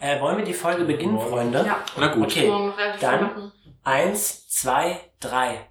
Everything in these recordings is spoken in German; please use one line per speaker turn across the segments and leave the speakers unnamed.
Äh, wollen wir die Folge beginnen,
Morgen.
Freunde?
Ja.
Na gut.
Okay.
Morgen relativ
dann-
machen.
Eins, zwei, drei.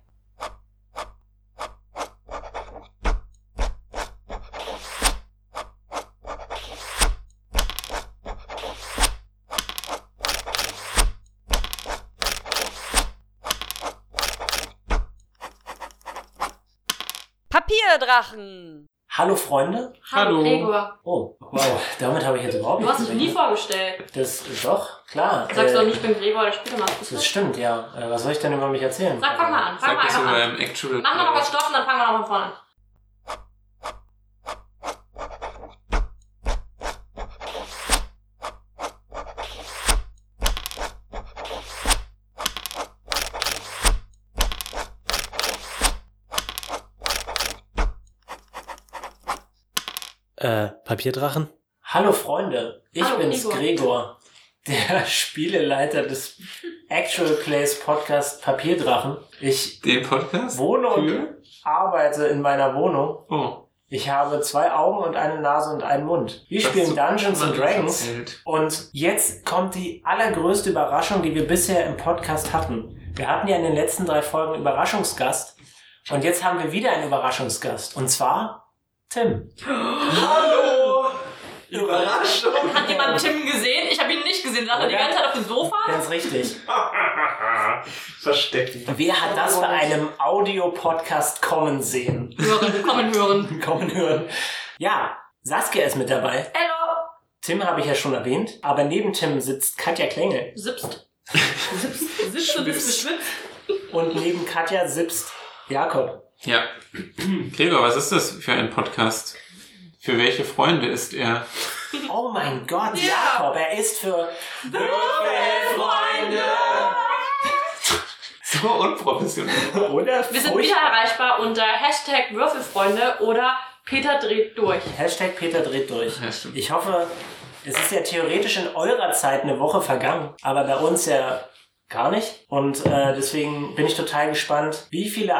Papierdrachen.
Hallo, Freunde.
Hallo.
Hallo Gregor.
Oh, wow, damit habe ich jetzt überhaupt
Du
nicht
hast dich nie
gerechnet.
vorgestellt.
Das doch, klar.
Sagst du
äh,
doch nicht, ich bin Gregor, der Spielemacher.
Das stimmt, ja. Äh, was soll ich denn über mich erzählen?
Sag, fang mal an.
Sag
Fang
ähm,
mal
das in
einfach an.
deinem Actual.
Mach mal noch was Stoff und dann fangen wir noch mal vorne an.
Äh, Papierdrachen?
Hallo, Freunde. Ich
Hallo,
bin's,
Igor.
Gregor, der Spieleleiter des Actual Plays Podcast Papierdrachen. Ich
Den Podcast?
wohne und
Für?
arbeite in meiner Wohnung.
Oh.
Ich habe zwei Augen und eine Nase und einen Mund. Wir
das
spielen
so-
Dungeons
man
and Dragons.
erzählt.
Und jetzt kommt die allergrößte Überraschung, die wir bisher im Podcast hatten. Wir hatten ja in den letzten drei Folgen einen Überraschungsgast. Und jetzt haben wir wieder einen Überraschungsgast. Und zwar Tim.
Hallo! Überraschung!
Hat jemand Tim gesehen? Ich habe ihn nicht gesehen. Saß er die
Äh, Oder?
ganze Zeit auf dem Sofa?
Ganz richtig.
Verstecken.
Wer hat das bei einem Audio-Podcast kommen sehen?
Hören, kommen hören.
Kommen hören. Ja, Saskia ist mit dabei.
Hello.
Tim habe ich ja schon erwähnt. Aber neben Tim sitzt Katja Klengel.
Sipst. Sipst. Sipst und ist beschwitzt.
Und neben Katja sitzt Jakob.
Ja. Gregor, was ist das für ein Podcast? Für welche Freunde ist er?
Oh mein Gott,
Ja.
Jakob, er ist für...
Freunde! So unprofessionell.
Oder
Wir sind
Furcht-
wieder erreichbar unter Hashtag Würfelfreunde oder Peter dreht durch.
Hashtag Peter dreht durch.
Ja, stimmt.
Ich hoffe, es ist ja theoretisch in eurer Zeit eine Woche vergangen, aber bei uns ja gar nicht. Und äh, deswegen bin ich total gespannt, wie viele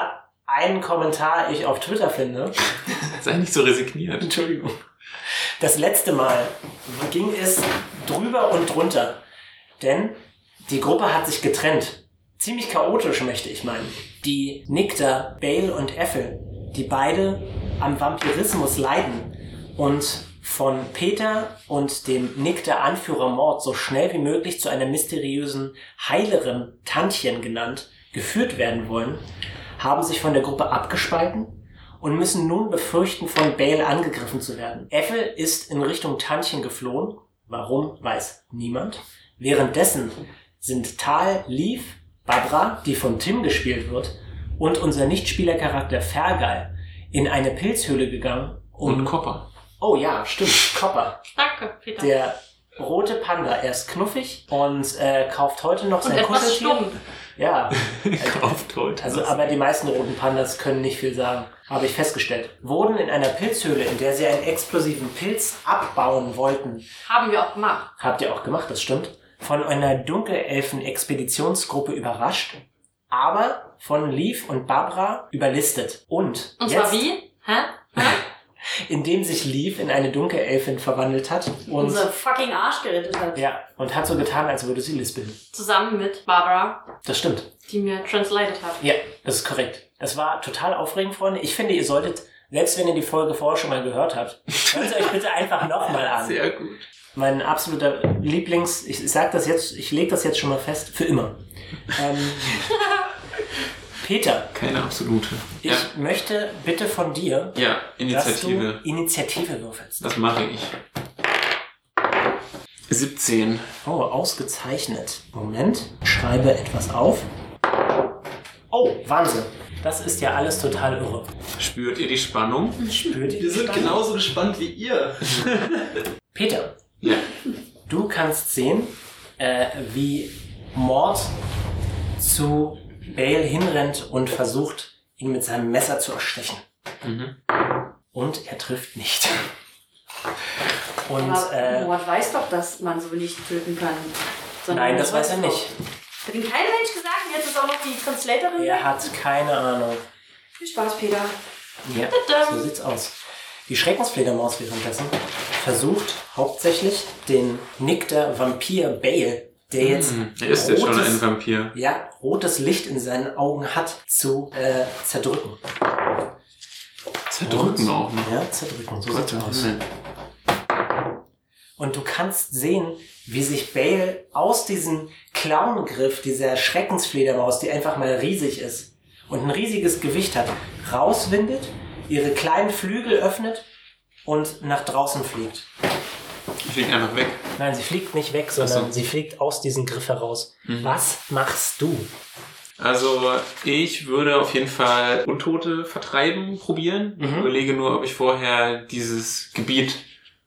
einen Kommentar ich auf Twitter finde.
Sei nicht so resigniert.
Entschuldigung. Das letzte Mal ging es drüber und drunter, denn die Gruppe hat sich getrennt. Ziemlich chaotisch, möchte ich meinen. Die Nickter, Bale und Effel, die beide am Vampirismus leiden und von Peter und dem Nickter-Anführer Mord so schnell wie möglich zu einer mysteriösen Heilerin, Tantchen genannt, geführt werden wollen, haben sich von der Gruppe abgespalten und müssen nun befürchten, von Bale angegriffen zu werden. Effel ist in Richtung Tantchen geflohen. Warum, weiß niemand. Währenddessen sind Tal, Leaf, Barbara, die von Tim gespielt wird, und unser Nichtspielercharakter Fergal in eine Pilzhöhle gegangen, um...
Und Kopper.
oh ja, stimmt, Copper.
Danke, Peter.
Der rote Panda, er ist knuffig und äh, kauft heute noch
und
sein
etwas
Kuscheltier.
stumm.
Ja,
Kauft heute.
also,
was.
aber die meisten roten Pandas können nicht viel sagen, habe ich festgestellt. Wurden in einer Pilzhöhle, in der sie einen explosiven Pilz abbauen wollten,
Haben wir auch gemacht.
habt ihr auch gemacht, das stimmt, von einer Dunkelelfen-Expeditionsgruppe überrascht, aber von Leaf und Barbara überlistet. Und,
Und
jetzt,
zwar wie? Hä?
indem sich Leaf in eine Dunkelelfin verwandelt hat und,
unser fucking Arsch gerettet hat.
ja, und hat so getan, als würde sie lispeln.
Zusammen mit Barbara,
Das stimmt.
die mir translated hat.
Ja, das ist korrekt. Das war total aufregend, Freunde. Ich finde, ihr solltet, selbst wenn ihr die Folge vorher schon mal gehört habt, hört sie euch bitte einfach nochmal an.
Sehr gut.
Mein absoluter Lieblings, ich sag das jetzt, ich lege das jetzt schon mal fest, für immer. Ähm, Peter,
Keine absolute.
ich
Ja,
möchte bitte von dir,
ja
dass
Initiative.
du Initiative würfelst.
Das mache ich. 17.
Oh, ausgezeichnet. Moment, schreibe etwas auf. Oh, Wahnsinn. Das ist ja alles total irre.
Spürt ihr die Spannung?
Spürt ihr
Wir
die
sind
Spannung?
genau
genauso gespannt wie ihr.
Peter,
Ja.
Du kannst sehen, äh, wie Mord zu Bale hinrennt und versucht, ihn mit seinem Messer zu erstechen.
Mhm.
Und er trifft nicht. Und
Aber
äh,
Mord weiß doch, dass man so nicht töten kann. sondern
nein,
man
das weiß er
doch.
nicht.
Hat ihm kein Mensch gesagt, jetzt ist auch noch die Translatorin
Er
weg.
hat keine Ahnung.
Viel Spaß, Peter.
Ja, so sieht's aus. Die Schreckenspflegermaus währenddessen versucht hauptsächlich den Nickter Vampir Bale, der jetzt
Hm, Er ist ja schon
rotes-
ein Vampir.
ja, rotes Licht in seinen Augen hat, zu äh, zerdrücken.
Zerdrücken
Und-
auch noch.
Ja, zerdrücken. So
Gott,
sieht's aus.
Himmel.
Und du kannst sehen, wie sich Bale aus diesem Clowngriff dieser Schreckensfledermaus, die einfach mal riesig ist und ein riesiges Gewicht hat, rauswindet, ihre kleinen Flügel öffnet und nach draußen fliegt.
Ich flieg einfach weg.
Nein, sie fliegt nicht weg, sondern
Ach so.
sie fliegt aus diesem Griff heraus.
Mhm.
Was machst du?
Also ich würde auf jeden Fall Untote vertreiben probieren.
Mhm.
Überlege nur, ob ich vorher dieses Gebiet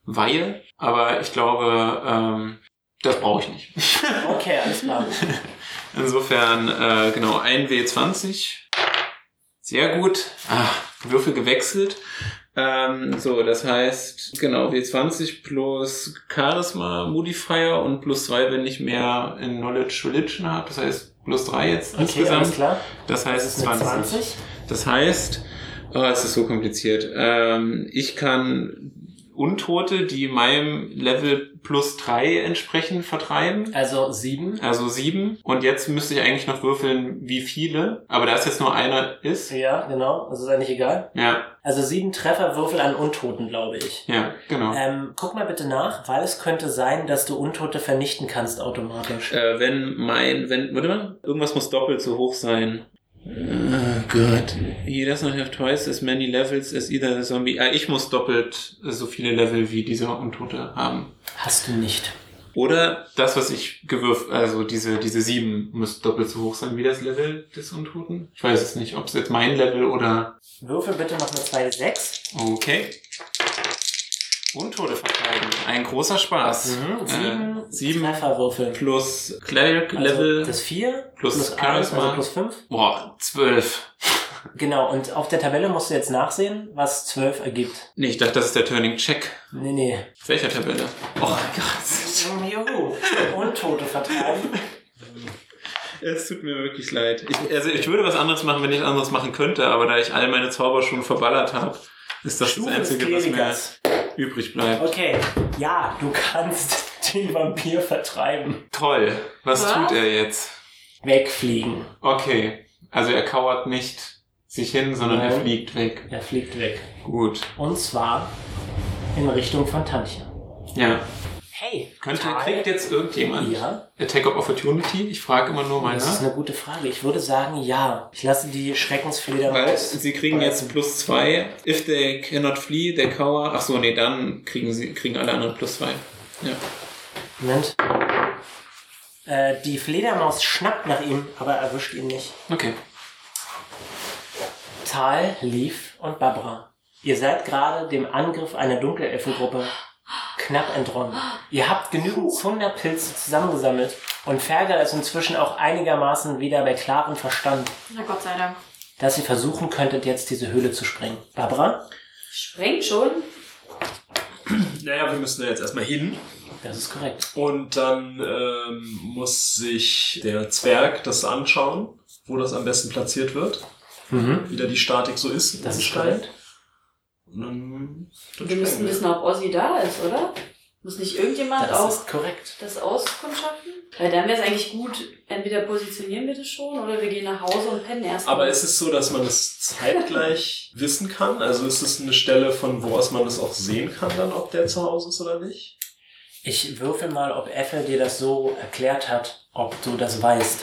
weihe. Aber ich glaube, ähm, das brauche ich nicht.
Okay, alles klar.
Insofern, äh, genau, 1W20. Sehr gut. Ah, Würfel gewechselt. Ähm, so, das heißt, genau, W20 plus Charisma Modifier und plus 2, wenn ich mehr in Knowledge Religion habe. Das heißt, plus 3 jetzt
Okay, alles
insgesamt.
klar.
Das heißt,
Das ist eine
20.
20.
Das heißt, oh, es ist so kompliziert. Ähm, ich kann Untote, die meinem Level plus 3 entsprechen, vertreiben.
Also 7.
Also sieben. Und jetzt müsste ich eigentlich noch würfeln, wie viele. Aber da es jetzt nur einer ist.
Ja, genau. Das ist eigentlich egal.
Ja,
Also sieben Trefferwürfel an Untoten, glaube ich.
ja, genau.
Ähm, guck mal bitte nach, weil es könnte sein, dass du Untote vernichten kannst automatisch.
Äh, wenn mein, wenn, warte mal, irgendwas muss doppelt so hoch sein. Oh Gott. He does not have twice as many levels as either the zombie. Ah, ich muss doppelt so viele Level wie dieser Untote haben.
Hast du nicht.
Oder das, was ich gewürfelt, also diese, diese sieben muss doppelt so hoch sein wie das Level des Untoten. Ich weiß es nicht, ob es jetzt mein Level oder
Würfel bitte noch eine 2 6.
Okay. Untote vertreiben. Ein großer Spaß.
Mhm.
Äh,
Sieben,
sieben
Trefferwürfel.
plus Cleric
Also
Level.
das 4
plus
eins,
Charisma.
also plus 5.
Boah, zwölf.
Genau, und auf der Tabelle musst du jetzt nachsehen, was 12 ergibt.
Nee, ich dachte, das ist der Turning Check.
Nee, nee.
Auf Welcher Tabelle? Oh Gott.
Juhu. Untote vertreiben.
Es tut mir wirklich leid. Ich, also ich würde was anderes machen, wenn ich anderes machen könnte, aber da ich all meine Zauber schon verballert habe, ist das
Stufe
das
des
Einzige, was mir
Klerikers.
übrig bleibt.
Okay, ja, du kannst den Vampir vertreiben.
Toll. Was,
Was?
tut er jetzt?
Wegfliegen.
Okay. Also er kauert nicht sich hin, sondern er
Nein.
fliegt weg.
Er fliegt weg.
Gut.
Und zwar in Richtung von Tantchen.
Ja.
Hey,
Könnte,
Tal-
kriegt jetzt irgendjemand
Ja,
Attack of Opportunity? Ich frage immer nur mal
das ist
nach.
eine gute Frage. Ich würde sagen, ja. Ich lasse die
Weil
Schreckensfledermaus.
sie kriegen jetzt plus zwei. If they cannot flee, they cower. Ach so, nee, dann kriegen sie kriegen alle anderen plus zwei. Ja.
Moment. Äh, die Fledermaus schnappt nach ihm, aber erwischt ihn nicht.
Okay.
Tal, Leaf und Barbara. Ihr seid gerade dem Angriff einer Dunkelelfengruppe knapp entronnen. Ihr habt genügend Zunderpilze zusammengesammelt und Fergal ist inzwischen auch einigermaßen wieder bei klarem Verstand,
Na Gott sei Dank.
dass ihr versuchen könntet, jetzt diese Höhle zu sprengen. Barbara?
Sprengt schon.
Naja, wir müssen da jetzt erstmal hin.
Das ist korrekt.
Und dann ähm, muss sich der Zwerg das anschauen, wo das am besten platziert wird.
Mhm.
Wie da die Statik so ist. in
Das
diesem
ist
Stein.
korrekt.
Und dann, dann
Wir müssen
sprengen wir.
wissen, ob Ozzy da ist, oder? Muss nicht irgendjemand
Das
auch
ist korrekt.
das auskundschaften? Weil dann wäre es eigentlich gut, entweder positionieren wir das schon oder wir gehen nach Hause und pennen erstmal.
Aber ist es so, dass man es zeitgleich wissen kann? Also ist es eine Stelle, von wo aus man das auch sehen kann, dann ob der zu Hause ist oder nicht?
Ich würfel mal, ob Effel dir das so erklärt hat, ob du das weißt.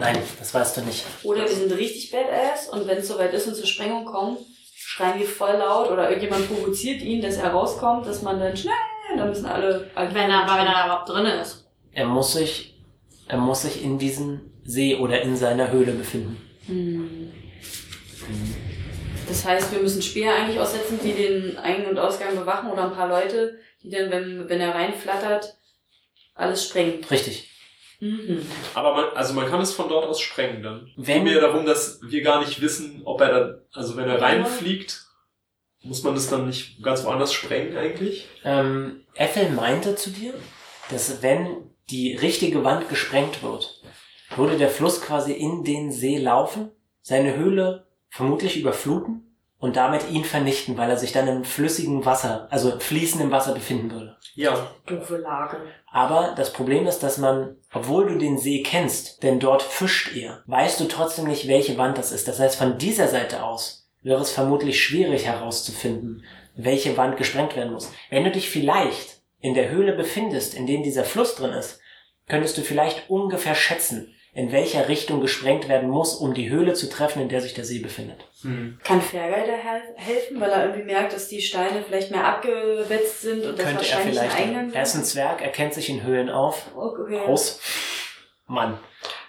Nein, das weißt du nicht.
Oder wir sind richtig badass und wenn es soweit ist und zur Sprengung kommt, schreien wir voll laut oder irgendjemand provoziert ihn, dass er rauskommt, dass man dann schnell, dann müssen alle agieren.
Wenn er, wenn er überhaupt drin ist.
Er muss sich, er muss sich in diesem See oder in seiner Höhle befinden.
Hm. Das heißt, wir müssen Speer eigentlich aussetzen, die den Ein- und Ausgang bewachen oder ein paar Leute, die dann, wenn, wenn er reinflattert, alles sprengen.
Richtig.
Mhm.
Aber man, also man kann es von dort aus sprengen dann.
Wenn-
Wenn mir darum, dass wir gar nicht wissen, ob er dann, also wenn er reinfliegt, muss man das dann nicht ganz woanders sprengen eigentlich?
Ähm, Ethel meinte zu dir, dass wenn die richtige Wand gesprengt wird, würde der Fluss quasi in den See laufen, seine Höhle vermutlich überfluten und damit ihn vernichten, weil er sich dann im flüssigen Wasser, also fließendem Wasser befinden würde.
Ja,
Doofe Lage.
Aber das Problem ist, dass man, obwohl du den See kennst, denn dort fischt ihr, weißt du trotzdem nicht, welche Wand das ist. Das heißt, von dieser Seite aus wäre es vermutlich schwierig herauszufinden, welche Wand gesprengt werden muss. Wenn du dich vielleicht in der Höhle befindest, in denen dieser Fluss drin ist, könntest du vielleicht ungefähr schätzen, in welcher Richtung gesprengt werden muss, um die Höhle zu treffen, in der sich der See befindet.
Hm.
Kann Fergal da hel- helfen, weil er irgendwie merkt, dass die Steine vielleicht mehr abgewetzt sind und das
Könnte er
wahrscheinlich
vielleicht.
ein Eingang
Er ist ein Zwerg, er kennt sich in Höhlen auf.
Okay.
Aus. Mann.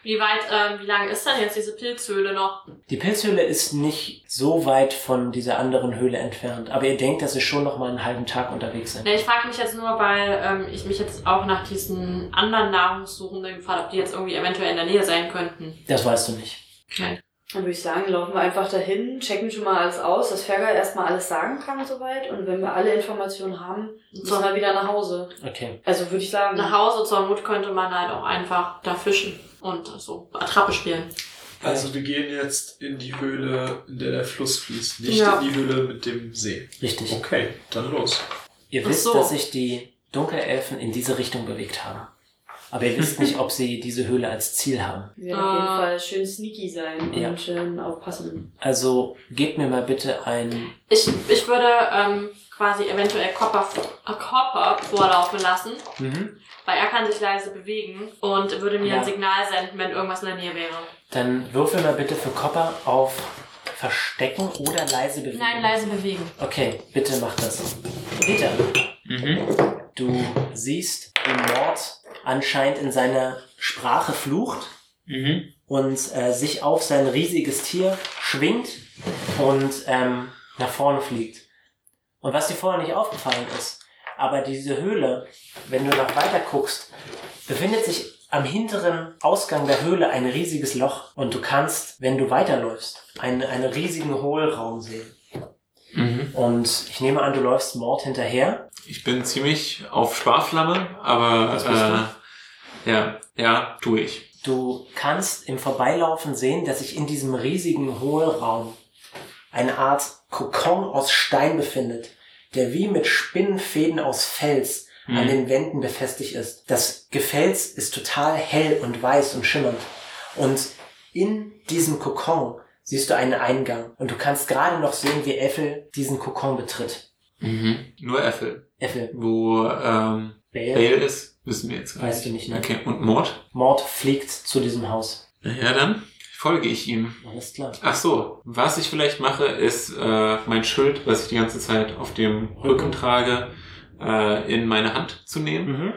Wie weit, ähm, wie lang ist denn jetzt diese Pilzhöhle noch?
Die Pilzhöhle ist nicht so weit von dieser anderen Höhle entfernt, aber ihr denkt, dass ihr schon noch mal einen halben Tag unterwegs seid.
Ne, ich frage mich jetzt nur, weil ähm, ich mich jetzt auch nach diesen anderen Nahrungssuchenden gefragt ob die jetzt irgendwie eventuell in der Nähe sein könnten.
Das weißt du nicht.
Okay.
Dann würde ich sagen, laufen wir einfach dahin, checken schon mal alles aus, dass Fergal erstmal alles sagen kann soweit. Und wenn wir alle Informationen haben, müssen wir wieder nach Hause.
Okay.
Also würde ich sagen,
Nach Hause zur Not könnte man halt auch einfach da fischen und so Attrappe spielen.
also wir gehen jetzt in die Höhle, in der der Fluss fließt, nicht
Ja.
in die Höhle mit dem See.
Richtig.
Okay, dann los.
Ihr
Ach
wisst,
so.
dass sich die Dunkelelfen in diese Richtung bewegt haben. Aber ihr wisst nicht, ob sie diese Höhle als Ziel haben.
wir werden auf jeden
Ah.
Fall schön sneaky sein
Ja.
und schön aufpassen. Also
Also gebt mir mal bitte ein.
Ich, ich würde ähm, quasi eventuell Copper, äh, Copper vorlaufen lassen,
Mhm.
weil er kann sich leise bewegen und würde mir
Ja.
ein Signal senden, wenn irgendwas in der Nähe wäre.
Dann würfel mal bitte für Copper auf Verstecken oder leise bewegen.
Nein, leise bewegen.
Okay, bitte mach das. Peter,
Mhm.
du siehst, wie Mord anscheinend in seiner Sprache flucht.
Mhm.
und äh, sich auf sein riesiges Tier schwingt und ähm, nach vorne fliegt. Und was dir vorher nicht aufgefallen ist, aber diese Höhle, wenn du nach weiter guckst, befindet sich am hinteren Ausgang der Höhle ein riesiges Loch und du kannst, wenn du weiterläufst, einen, einen riesigen Hohlraum sehen.
Mhm.
Und ich nehme an, du läufst Mord hinterher.
Ich bin ziemlich auf Sparflamme, aber
Das bist
äh, ja, ja, tue ich.
Du kannst im Vorbeilaufen sehen, dass sich in diesem riesigen Hohlraum eine Art Kokon aus Stein befindet, der wie mit Spinnenfäden aus Fels an
Mhm.
den Wänden befestigt ist. Das Gefels ist total hell und weiß und schimmernd. Und in diesem Kokon siehst du einen Eingang. Und du kannst gerade noch sehen, wie Effel diesen Kokon betritt.
Mhm. Nur Äffel.
Effel,
Wo ähm,
Bale,
Bale ist, wissen wir jetzt gar
weißt du nicht, ne?
Okay, und Mord?
Mord fliegt zu diesem Haus.
Na Ja, dann folge ich ihm.
Alles klar.
Ach so, was ich vielleicht mache, ist äh, mein Schild, was ich die ganze Zeit auf dem Rücken trage, äh, in meine Hand zu nehmen.
Mhm.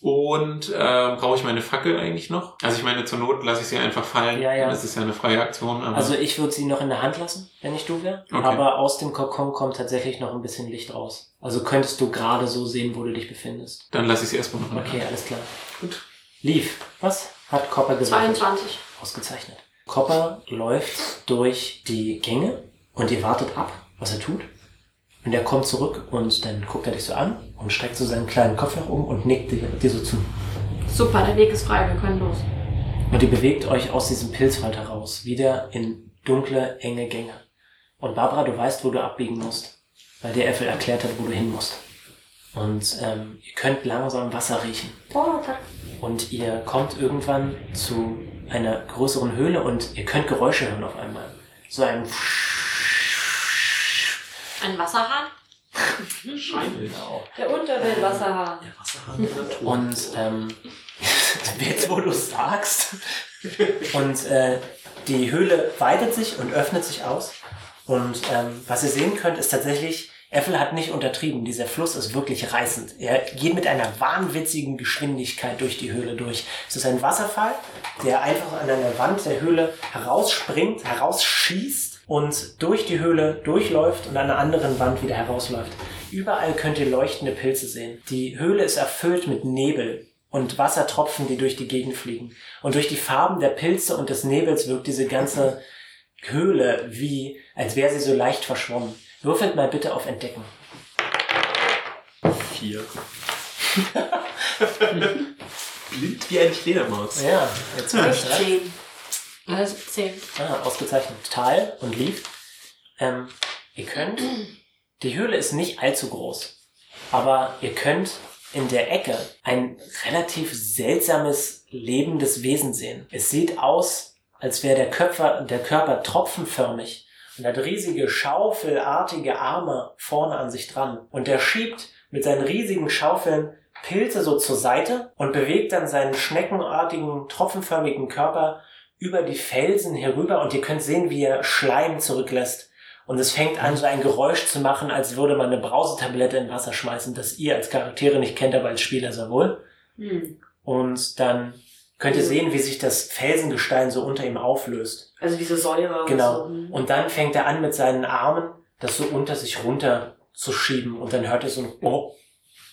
Und äh, brauche ich meine Fackel eigentlich noch? Also ich meine, zur Not lasse ich sie einfach fallen.
Ja, ja.
Das ist ja eine freie Aktion. Aber
Also ich würde sie noch in der Hand lassen, wenn ich du wäre.
Okay.
Aber aus dem Kokon kommt tatsächlich noch ein bisschen Licht raus. Also könntest du gerade so sehen, wo du dich befindest.
dann lasse ich sie erstmal noch. in der
Okay, alles klar.
Gut.
Lief. Was hat Copper gesagt?
22.
Ausgezeichnet. Copper läuft durch die Gänge und ihr wartet ab, was er tut. Und er kommt zurück und dann guckt er dich so an und streckt so seinen kleinen Kopf nach oben und nickt dir, dir so zu.
Super, der Weg ist frei, wir können los.
Und ihr bewegt euch aus diesem Pilzwald heraus, wieder in dunkle, enge Gänge. Und Barbara, du weißt, wo du abbiegen musst, weil dir Äffel erklärt hat, wo du hin musst. Und ähm, ihr könnt langsam Wasser riechen.
Boah, da-
Und ihr kommt irgendwann zu einer größeren Höhle und ihr könnt Geräusche hören auf einmal. So ein
Ein Wasserhahn?
Hand.
der Unterwelt Wasserhahn.
Ja, Wasserhahn in der Natur.
Und ähm, jetzt, wo du es sagst. Und äh, die Höhle weitet sich und öffnet sich aus. Und ähm, was ihr sehen könnt, ist tatsächlich, Äffel hat nicht untertrieben. Dieser Fluss ist wirklich reißend. Er geht mit einer wahnwitzigen Geschwindigkeit durch die Höhle durch. Es ist ein Wasserfall, der einfach an einer Wand der Höhle herausspringt, herausschießt und durch die Höhle durchläuft und an einer anderen Wand wieder herausläuft. Überall könnt ihr leuchtende Pilze sehen. Die Höhle ist erfüllt mit Nebel und Wassertropfen, die durch die Gegend fliegen. Und durch die Farben der Pilze und des Nebels wirkt diese ganze Höhle wie, als wäre sie so leicht verschwommen. Würfelt mal bitte auf Entdecken.
Vier. Blind wie ein Fledermaus.
Ja, jetzt weiß ich, ne?
16. Also 10.
Ah, ausgezeichnet. Tal und Leaf. Ähm, Ihr könnt, die Höhle ist nicht allzu groß, aber ihr könnt in der Ecke ein relativ seltsames lebendes Wesen sehen. Es sieht aus, als wäre der Körper, der Körper tropfenförmig und hat riesige schaufelartige Arme vorne an sich dran. Und er schiebt mit seinen riesigen Schaufeln Pilze so zur Seite und bewegt dann seinen schneckenartigen, tropfenförmigen Körper über die Felsen herüber und ihr könnt sehen, wie er Schleim zurücklässt. Und es fängt an, so ein Geräusch zu machen, als würde man eine Brausetablette in Wasser schmeißen, das ihr als Charaktere nicht kennt, aber als Spieler sehr wohl.
Hm.
Und dann könnt ihr sehen, wie sich das Felsengestein so unter ihm auflöst.
Also diese Säure.
Genau.
Und so. Hm.
Und dann fängt er an, mit seinen Armen das so unter sich runter zu schieben. Und dann hört er so ein Oh,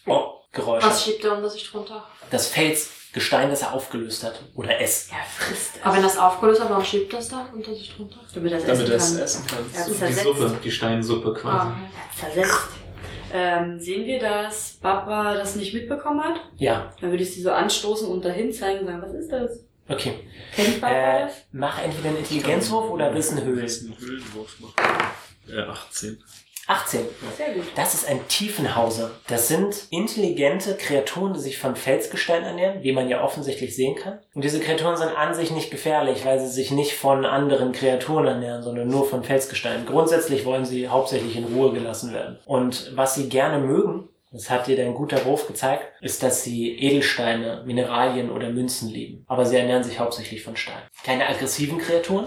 oh Geräusch.
Was schiebt er unter sich drunter?
Das Felsgestein, das er aufgelöst hat. Oder es.
Ja, frisst es.
Aber wenn das aufgelöst hat, warum schiebt das da unter sich drunter?
damit das
Damit
essen
er es
kann.
essen kann.
Ja,
Die
zersetzt.
Suppe, die Steinsuppe quasi.
Ah,
Zersetzt. Ähm, sehen wir, dass Barbara das nicht mitbekommen hat?
Ja,
Dann würde ich sie so anstoßen und dahin zeigen und sagen, was ist das?
okay.
Kennt Barbara
Äh,
das?
mach entweder einen Intelligenzwurf oder Wissen höhlen.
Einen Höhlenwurf machen. Ja, 18.
18.
Sehr gut.
Das ist ein Tiefenhauser. Das sind intelligente Kreaturen, die sich von Felsgestein ernähren, wie man ja offensichtlich sehen kann. Und diese Kreaturen sind an sich nicht gefährlich, weil sie sich nicht von anderen Kreaturen ernähren, sondern nur von Felsgestein. Grundsätzlich wollen sie hauptsächlich in Ruhe gelassen werden. Und was sie gerne mögen, das hat dir dein guter Wurf gezeigt, ist, dass sie Edelsteine, Mineralien oder Münzen lieben. Aber sie ernähren sich hauptsächlich von Stein. Keine aggressiven Kreaturen,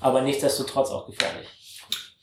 aber nichtsdestotrotz auch gefährlich.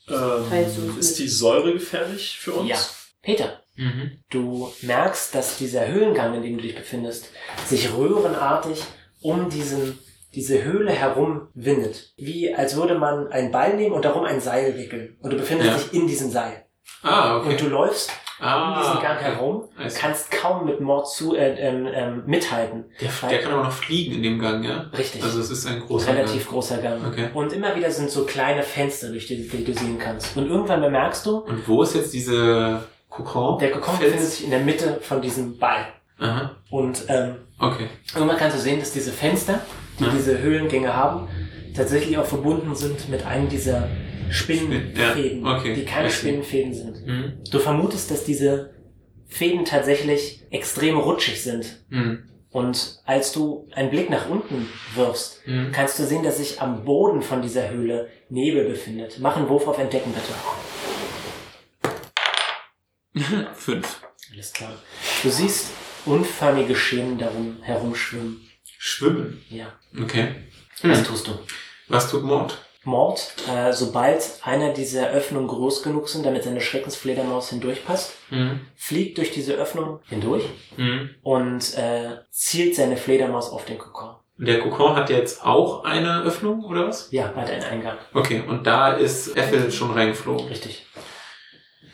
Teilst du
Ähm,
mit?
ist die Säure gefährlich für uns?
Ja. Peter.
Mhm.
Du merkst, dass dieser Höhlengang, in dem du dich befindest, sich röhrenartig um diesen, diese Höhle herum windet. Wie als würde man einen Ball nehmen und darum ein Seil wickeln. Und du befindest
Ja.
dich in diesem Seil.
Ah, okay. Ah.
Und du läufst um diesen Gang
okay.
herum,
Also-
kannst kaum mit Mord zu, äh, ähm, ähm, mithalten.
Der, der kann aber noch fliegen in dem Gang, ja?
Richtig.
Also es ist ein großer
Relativ großer Gang.
Okay.
Und immer wieder sind so kleine Fenster, durch die, die du sehen kannst. Und irgendwann bemerkst du,
Gang. Und wo ist jetzt diese Kokon?
der Kokon
Fels?
befindet sich in der Mitte von diesem Ball.
Aha,
Und ähm,
okay.
Irgendwann kannst du sehen, dass diese Fenster, die
Ja.
diese Höhlengänge haben, tatsächlich auch verbunden sind mit einem dieser Spinnenfäden,
Spinnen, ja, okay,
die keine
I see.
Spinnenfäden sind.
Mhm.
Du vermutest, dass diese Fäden tatsächlich extrem rutschig sind.
Mhm.
Und als du einen Blick nach unten wirfst,
Mhm.
kannst du sehen, dass sich am Boden von dieser Höhle Nebel befindet. Mach einen Wurf auf Entdecken, bitte.
Fünf.
Alles klar. Du siehst unförmige Schemen darum herumschwimmen.
Schwimmen.
Ja,
Okay.
was
Hm.
tust du?
Was tut Mord?
Mord, äh, sobald einer dieser Öffnungen groß genug sind, damit seine Schreckensfledermaus hindurchpasst,
Mhm.
fliegt durch diese Öffnung hindurch hm.
Mhm.
und äh, zielt seine Fledermaus auf den Kokon.
Und der Kokon hat jetzt auch eine Öffnung, oder was?
Ja, hat einen Eingang.
Okay, und da ist Ethel schon reingeflogen.
Richtig.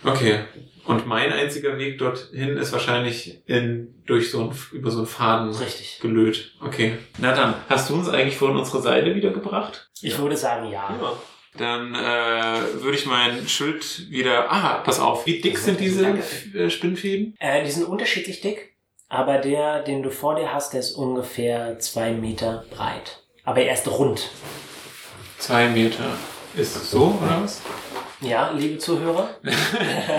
Okay. Und mein einziger Weg dorthin ist wahrscheinlich in, durch so ein, über so einen Faden
Richtig.
gelöt. Okay. Na dann, hast du uns eigentlich vorhin unsere Seile wiedergebracht?
Ich würde sagen, ja.
Ja.
Dann äh, würde ich mein Schild wieder. Ah, pass auf. Wie dick sind diese äh, Spinnfäden?
Äh, die sind unterschiedlich dick, aber der, den du vor dir hast, der ist ungefähr zwei Meter breit. Aber er ist rund.
Zwei Meter. Ist es so, oder was?
Ja, liebe Zuhörer?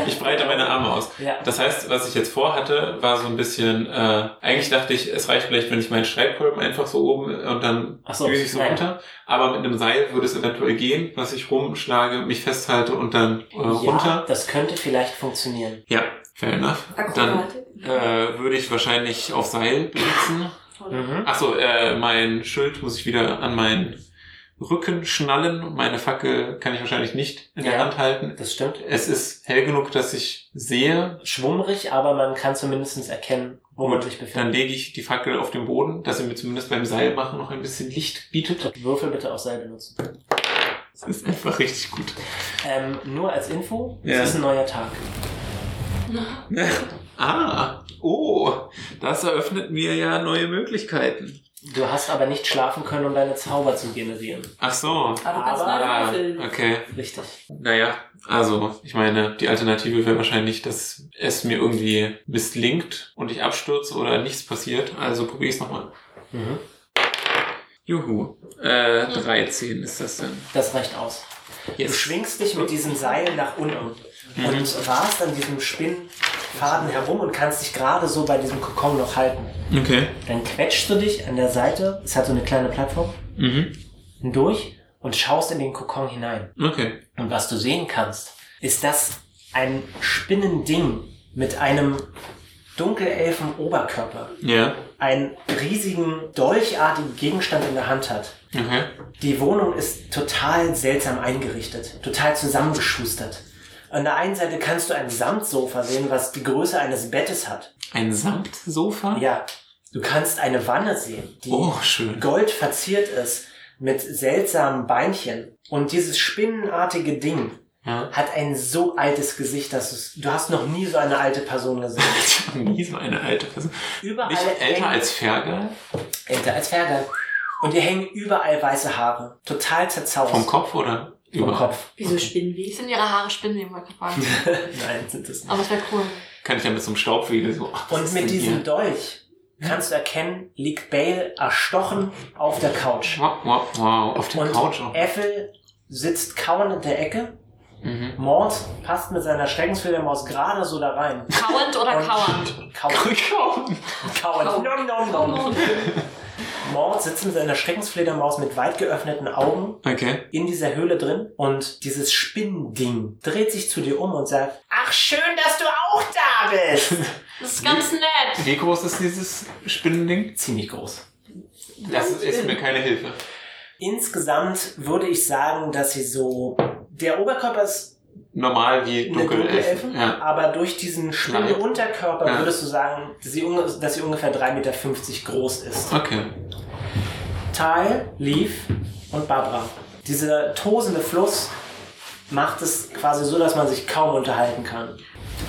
ich breite meine Arme aus.
Ja.
Das heißt, was ich jetzt vorhatte, war so ein bisschen, äh, eigentlich dachte ich, es reicht vielleicht, wenn ich meinen Schreibkolben einfach so oben äh, und dann
Ach so,
düse ich so
nein.
runter. Aber mit einem Seil würde es eventuell gehen, was ich rumschlage, mich festhalte und dann äh,
ja,
runter.
das könnte vielleicht funktionieren.
Ja, fair enough. Dann
Akrobatik?
äh, würde ich wahrscheinlich auf Seil blitzen.
Mhm.
Achso, äh, mein Schild muss ich wieder an meinen Rücken schnallen. Meine Fackel kann ich wahrscheinlich nicht in
Ja.
der Hand halten.
Das stimmt.
Es ist hell genug, dass ich sehe.
schwummrig, aber man kann zumindest erkennen, wo man
Gut,
sich befindet.
Dann lege ich die Fackel auf den Boden, dass sie mir zumindest beim Seil machen noch ein bisschen Licht bietet.
Würfel bitte auch Seil benutzen.
Das ist einfach richtig gut.
Ähm, nur als Info,
Ja.
es ist ein neuer Tag.
Ah, oh, das eröffnet mir ja neue Möglichkeiten.
Du hast aber nicht schlafen können, um deine Zauber zu generieren.
Ach so.
Aber du kannst
Aber-
mal
Ah,
würfeln.
okay.
Richtig.
Naja, also ich meine, die Alternative wäre wahrscheinlich, dass es mir irgendwie misslingt und ich abstürze oder nichts passiert. Also probiere ich es nochmal.
Mhm.
Juhu. Äh, 13 ist das dann.
Das reicht aus. Du schwingst dich mit diesem Seil nach unten
Mhm.
und warst an diesem Spinnfaden herum und kannst dich gerade so bei diesem Kokon noch halten.
Okay.
Dann quetschst du dich an der Seite, es hat so eine kleine Plattform,
Mhm.
hindurch und schaust in den Kokon hinein.
Okay.
Und was du sehen kannst, ist das ein Spinnending mit einem dunkelelfen Oberkörper,
Ja.
einen riesigen, dolchartigen Gegenstand in der Hand hat.
Okay.
Die Wohnung ist total seltsam eingerichtet, total zusammengeschustert. An der einen Seite kannst du ein Samtsofa sehen, was die Größe eines Bettes hat.
Ein Samtsofa?
Ja, du kannst eine Wanne sehen, die
Oh, schön.
gold verziert ist mit seltsamen Beinchen. Und dieses spinnenartige Ding
Ja.
hat ein so altes Gesicht, dass du's- du hast noch nie so eine alte Person gesehen.
Ich habe nie so eine alte Person.
Überall
Nicht
hängen-
älter als Fergal?
älter als Pferde. Und ihr hängen überall weiße Haare, total zerzaust.
Vom Kopf oder
Vom
überall?
Kopf.
Wieso spinnen
Wie
wir?
sind ihre Haare spinnen, wie man gefragt.
Nein, sind es nicht.
Aber es wäre cool.
Kann ich ja mit so einem Staubwedel so. ach, was
Und
ist
mit
denn
diesem
hier?
Dolch kannst du erkennen, liegt Bale erstochen auf der Couch.
Wow, wow, wow. Auf der
Und
Couch auch.
Ethel sitzt kauern in der Ecke.
Mhm.
Mord passt mit seiner Schreckensfledermaus gerade so da rein.
Kauernd oder
Und-
kauernd?
Kauern.
Kauern.
kauern. Nom, nom, nom. Mord sitzt mit seiner Schreckensfledermaus mit weit geöffneten Augen
Okay.
in dieser Höhle drin und dieses Spinnending dreht sich zu dir um und sagt, ach schön, dass du auch da bist.
Das ist ganz nett.
Wie groß ist dieses Spinnending?
Ziemlich groß.
Das ist mir keine Hilfe.
Insgesamt würde ich sagen, dass sie so. Der Oberkörper ist
Normal wie
eine
dunkle Elfen.
Dunkelelfen,
Ja.
aber durch diesen spinnen
Klein.
Unterkörper
Ja.
würdest du sagen, sie unge- dass sie ungefähr 3,50 Meter groß ist.
Okay.
Ty, Leaf und Barbara. Dieser tosende Fluss macht es quasi so, dass man sich kaum unterhalten kann.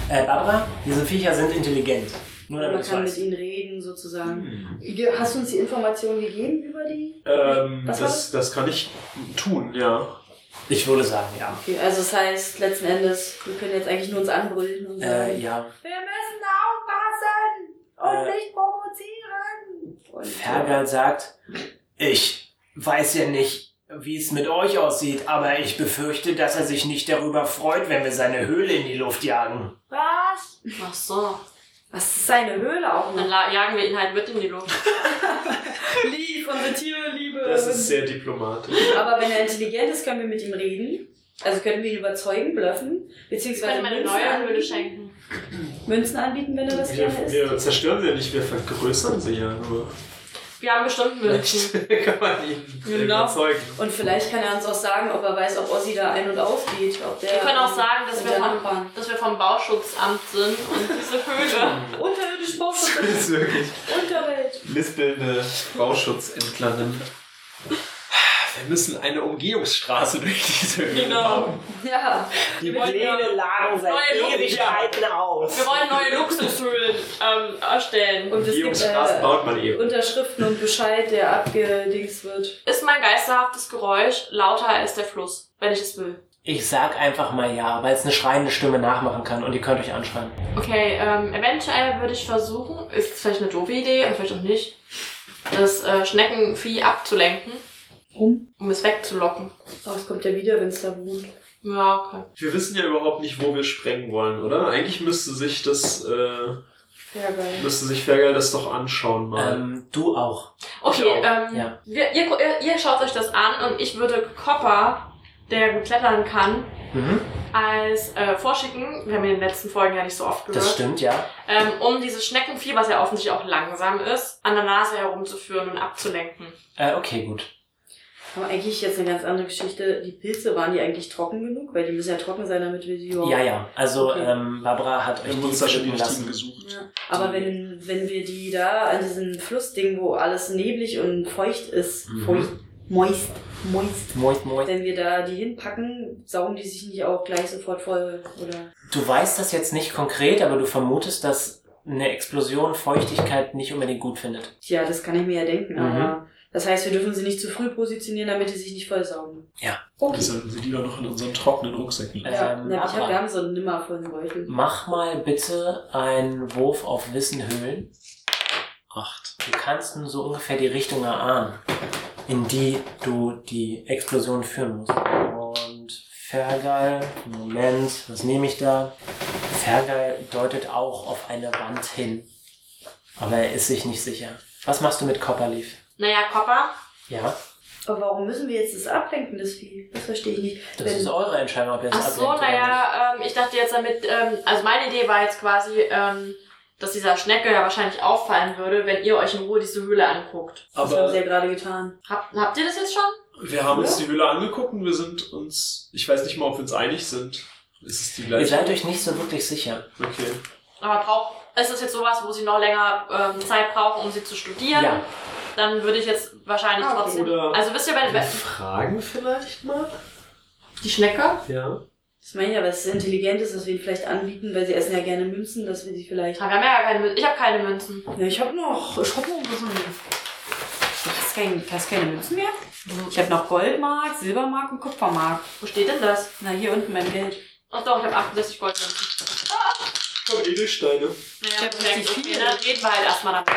Äh, Barbara, diese Viecher sind intelligent. Nur damit
Man
du
kann mit
weißt.
ihnen reden, sozusagen.
Mhm. Hm.
Ge- Hast du uns die Informationen gegeben über die?
Ähm,
Was war
das, das kann ich tun, ja.
Ich würde sagen, ja.
Okay, also das heißt, letzten Endes, wir können jetzt eigentlich nur uns anbrüllen und sagen,
Äh, ja.
wir müssen aufpassen und
Äh.
nicht provozieren. Und,
Fergal sagt, ich weiß ja nicht, wie es mit euch aussieht, aber ich befürchte, dass er sich nicht darüber freut, wenn wir seine Höhle in die Luft jagen.
Was?
Ach so.
Was ist seine Höhle auch
Dann
noch?
la- jagen wir ihn halt mit in die Luft.
Lieb, unsere Tiere liebe.
Das ist sehr diplomatisch.
Aber wenn er intelligent ist, können wir mit ihm reden. Also können wir ihn überzeugen, bluffen.
Ich
Beziehungsweise
könnte meine
Münzen
neue Höhle
anbieten.
schenken.
Münzen anbieten, wenn er das
Wir,
gerne ist.
wir zerstören sie ja nicht, wir vergrößern sie ja nur.
Wir haben bestimmt Münzen.
kann man ihn
Genau.
überzeugen.
Und vielleicht kann er uns auch sagen, ob er weiß, ob Ossi da ein- und ausgeht. Ob der
Wir können auch sagen, dass
Und
wir,
der
vom,
Nachbarn.
dass wir vom Bauschutzamt sind und diese Höhle.
Unterirdisch
Das
Bauschutz,
ist wirklich
Unterwelt.
lispelnde Bauschutzentlernen.
Wir müssen eine Umgehungsstraße durch diese Höhle
Genau.
Ja.
Die
wollen ja
Pläne lagen seit
neue Luft
Ewigkeiten
Wir
aus.
wollen neue Luxushöhlen ähm, erstellen.
Und es gibt
Umgehungsstraßen
äh,
baut man eben.
Unterschriften und Bescheid, der abgedings wird.
Ist mein geisterhaftes Geräusch lauter als der Fluss, wenn ich es will?
Ich sag einfach mal ja, weil es eine schreiende Stimme nachmachen kann und ihr könnt euch anschreien.
Okay, ähm, eventuell würde ich versuchen, ist vielleicht eine doofe Idee, aber vielleicht auch nicht, das äh, Schneckenvieh abzulenken,
Um.
um es wegzulocken.
Oh, es kommt ja wieder, wenn es da wohnt.
Ja, okay.
Wir wissen ja überhaupt nicht, wo wir sprengen wollen, oder? Eigentlich müsste sich das, äh,
Ja, geil.
müsste sich Fergal das doch anschauen mal.
Ähm, du auch.
Okay,
Ich
ähm,
Ja.
wir, ihr, ihr, ihr schaut euch das an und ich würde Copper, der gut klettern kann,
Mhm.
als äh, vorschicken, wir haben in den letzten Folgen ja nicht so oft
Das
gehört,
stimmt, ja.
ähm, um dieses Schneckenvieh, was ja offensichtlich auch langsam ist, an der Nase herumzuführen und abzulenken.
Äh, okay, gut.
Aber eigentlich jetzt eine ganz andere Geschichte. Die Pilze, waren die eigentlich trocken genug? Weil die müssen ja trocken sein, damit wir sie überhaupt...
Ja, ja. Also,
Okay.
ähm, Barbara hat
wir
euch
haben
die
uns da schon die
verschicken
richtigen
lassen.
gesucht.
Ja. Aber wenn, wenn wir die da an diesem Flussding, wo alles neblig und feucht ist,
Mhm.
feucht, moist, moist,
Moist, moist.
wenn wir da die hinpacken, saugen die sich nicht auch gleich sofort voll oder
Du weißt das jetzt nicht konkret, aber du vermutest, dass eine Explosion Feuchtigkeit nicht unbedingt gut findet.
Tja, das kann ich mir ja denken,
Mhm.
aber das heißt, wir dürfen sie nicht zu früh positionieren, damit die sich nicht voll saugen.
Ja.
Wir
Okay.
sollten sie lieber noch in unseren trockenen Rucksäcken lassen.
Ja,
Ähm,
na, ich
aber-
hab, wir haben so einen nimmer vollen Beutel.
Mach mal bitte einen Wurf auf Wissen Höhlen.
Acht.
Du kannst nun so ungefähr die Richtung erahnen, in die du die Explosion führen musst. Und Fergal, Moment, was nehme ich da? Fergal deutet auch auf eine Wand hin. Aber er ist sich nicht sicher. Was machst du mit Copperleaf?
Naja, Copper.
Ja,
Aber warum müssen wir jetzt das ablenken, das Vieh? Das verstehe ich nicht.
das
Wenn-
ist eure Entscheidung, ob ihr es
Ach so,
ablehnt oder nicht.
naja, ähm, ich dachte jetzt damit, ähm, also meine Idee war jetzt quasi, ähm, dass dieser Schnecke ja wahrscheinlich auffallen würde, wenn ihr euch in Ruhe diese Höhle anguckt.
das haben
Aber
sie ja gerade getan.
Habt, habt ihr das jetzt schon?
wir haben uns die Höhle angeguckt und wir sind uns, ich weiß nicht mal, ob wir uns einig sind. Ist es die
Ihr
gleiche?
seid euch nicht so wirklich sicher.
Okay.
Aber braucht, ist es jetzt sowas, wo sie noch länger ähm, Zeit brauchen, um sie zu studieren?
Ja.
Dann würde ich jetzt wahrscheinlich
Ah,
trotzdem.
oder-
also wisst ihr, wenn, wenn
Fragen vielleicht mal?
die Schnecke?
Ja.
Das meine ich aber, es ist intelligent, ist, dass wir ihn vielleicht anbieten, weil sie essen ja gerne Münzen, dass wir sie vielleicht.
Wir haben ja gar keine Münzen. Ich habe keine Münzen.
Ja, ich habe noch. Ich habe noch ein bisschen. Du hast, kein, du hast keine Münzen mehr? Ich habe noch Goldmark, Silbermark und Kupfermark.
Wo steht denn das?
Na, hier unten mein Geld.
Ach doch, ich habe 68 Goldmünzen.
Ich hab Edelsteine.
Naja,
hab
perfekt.
richtig
Okay,
viel.
dann reden wir halt erstmal damit.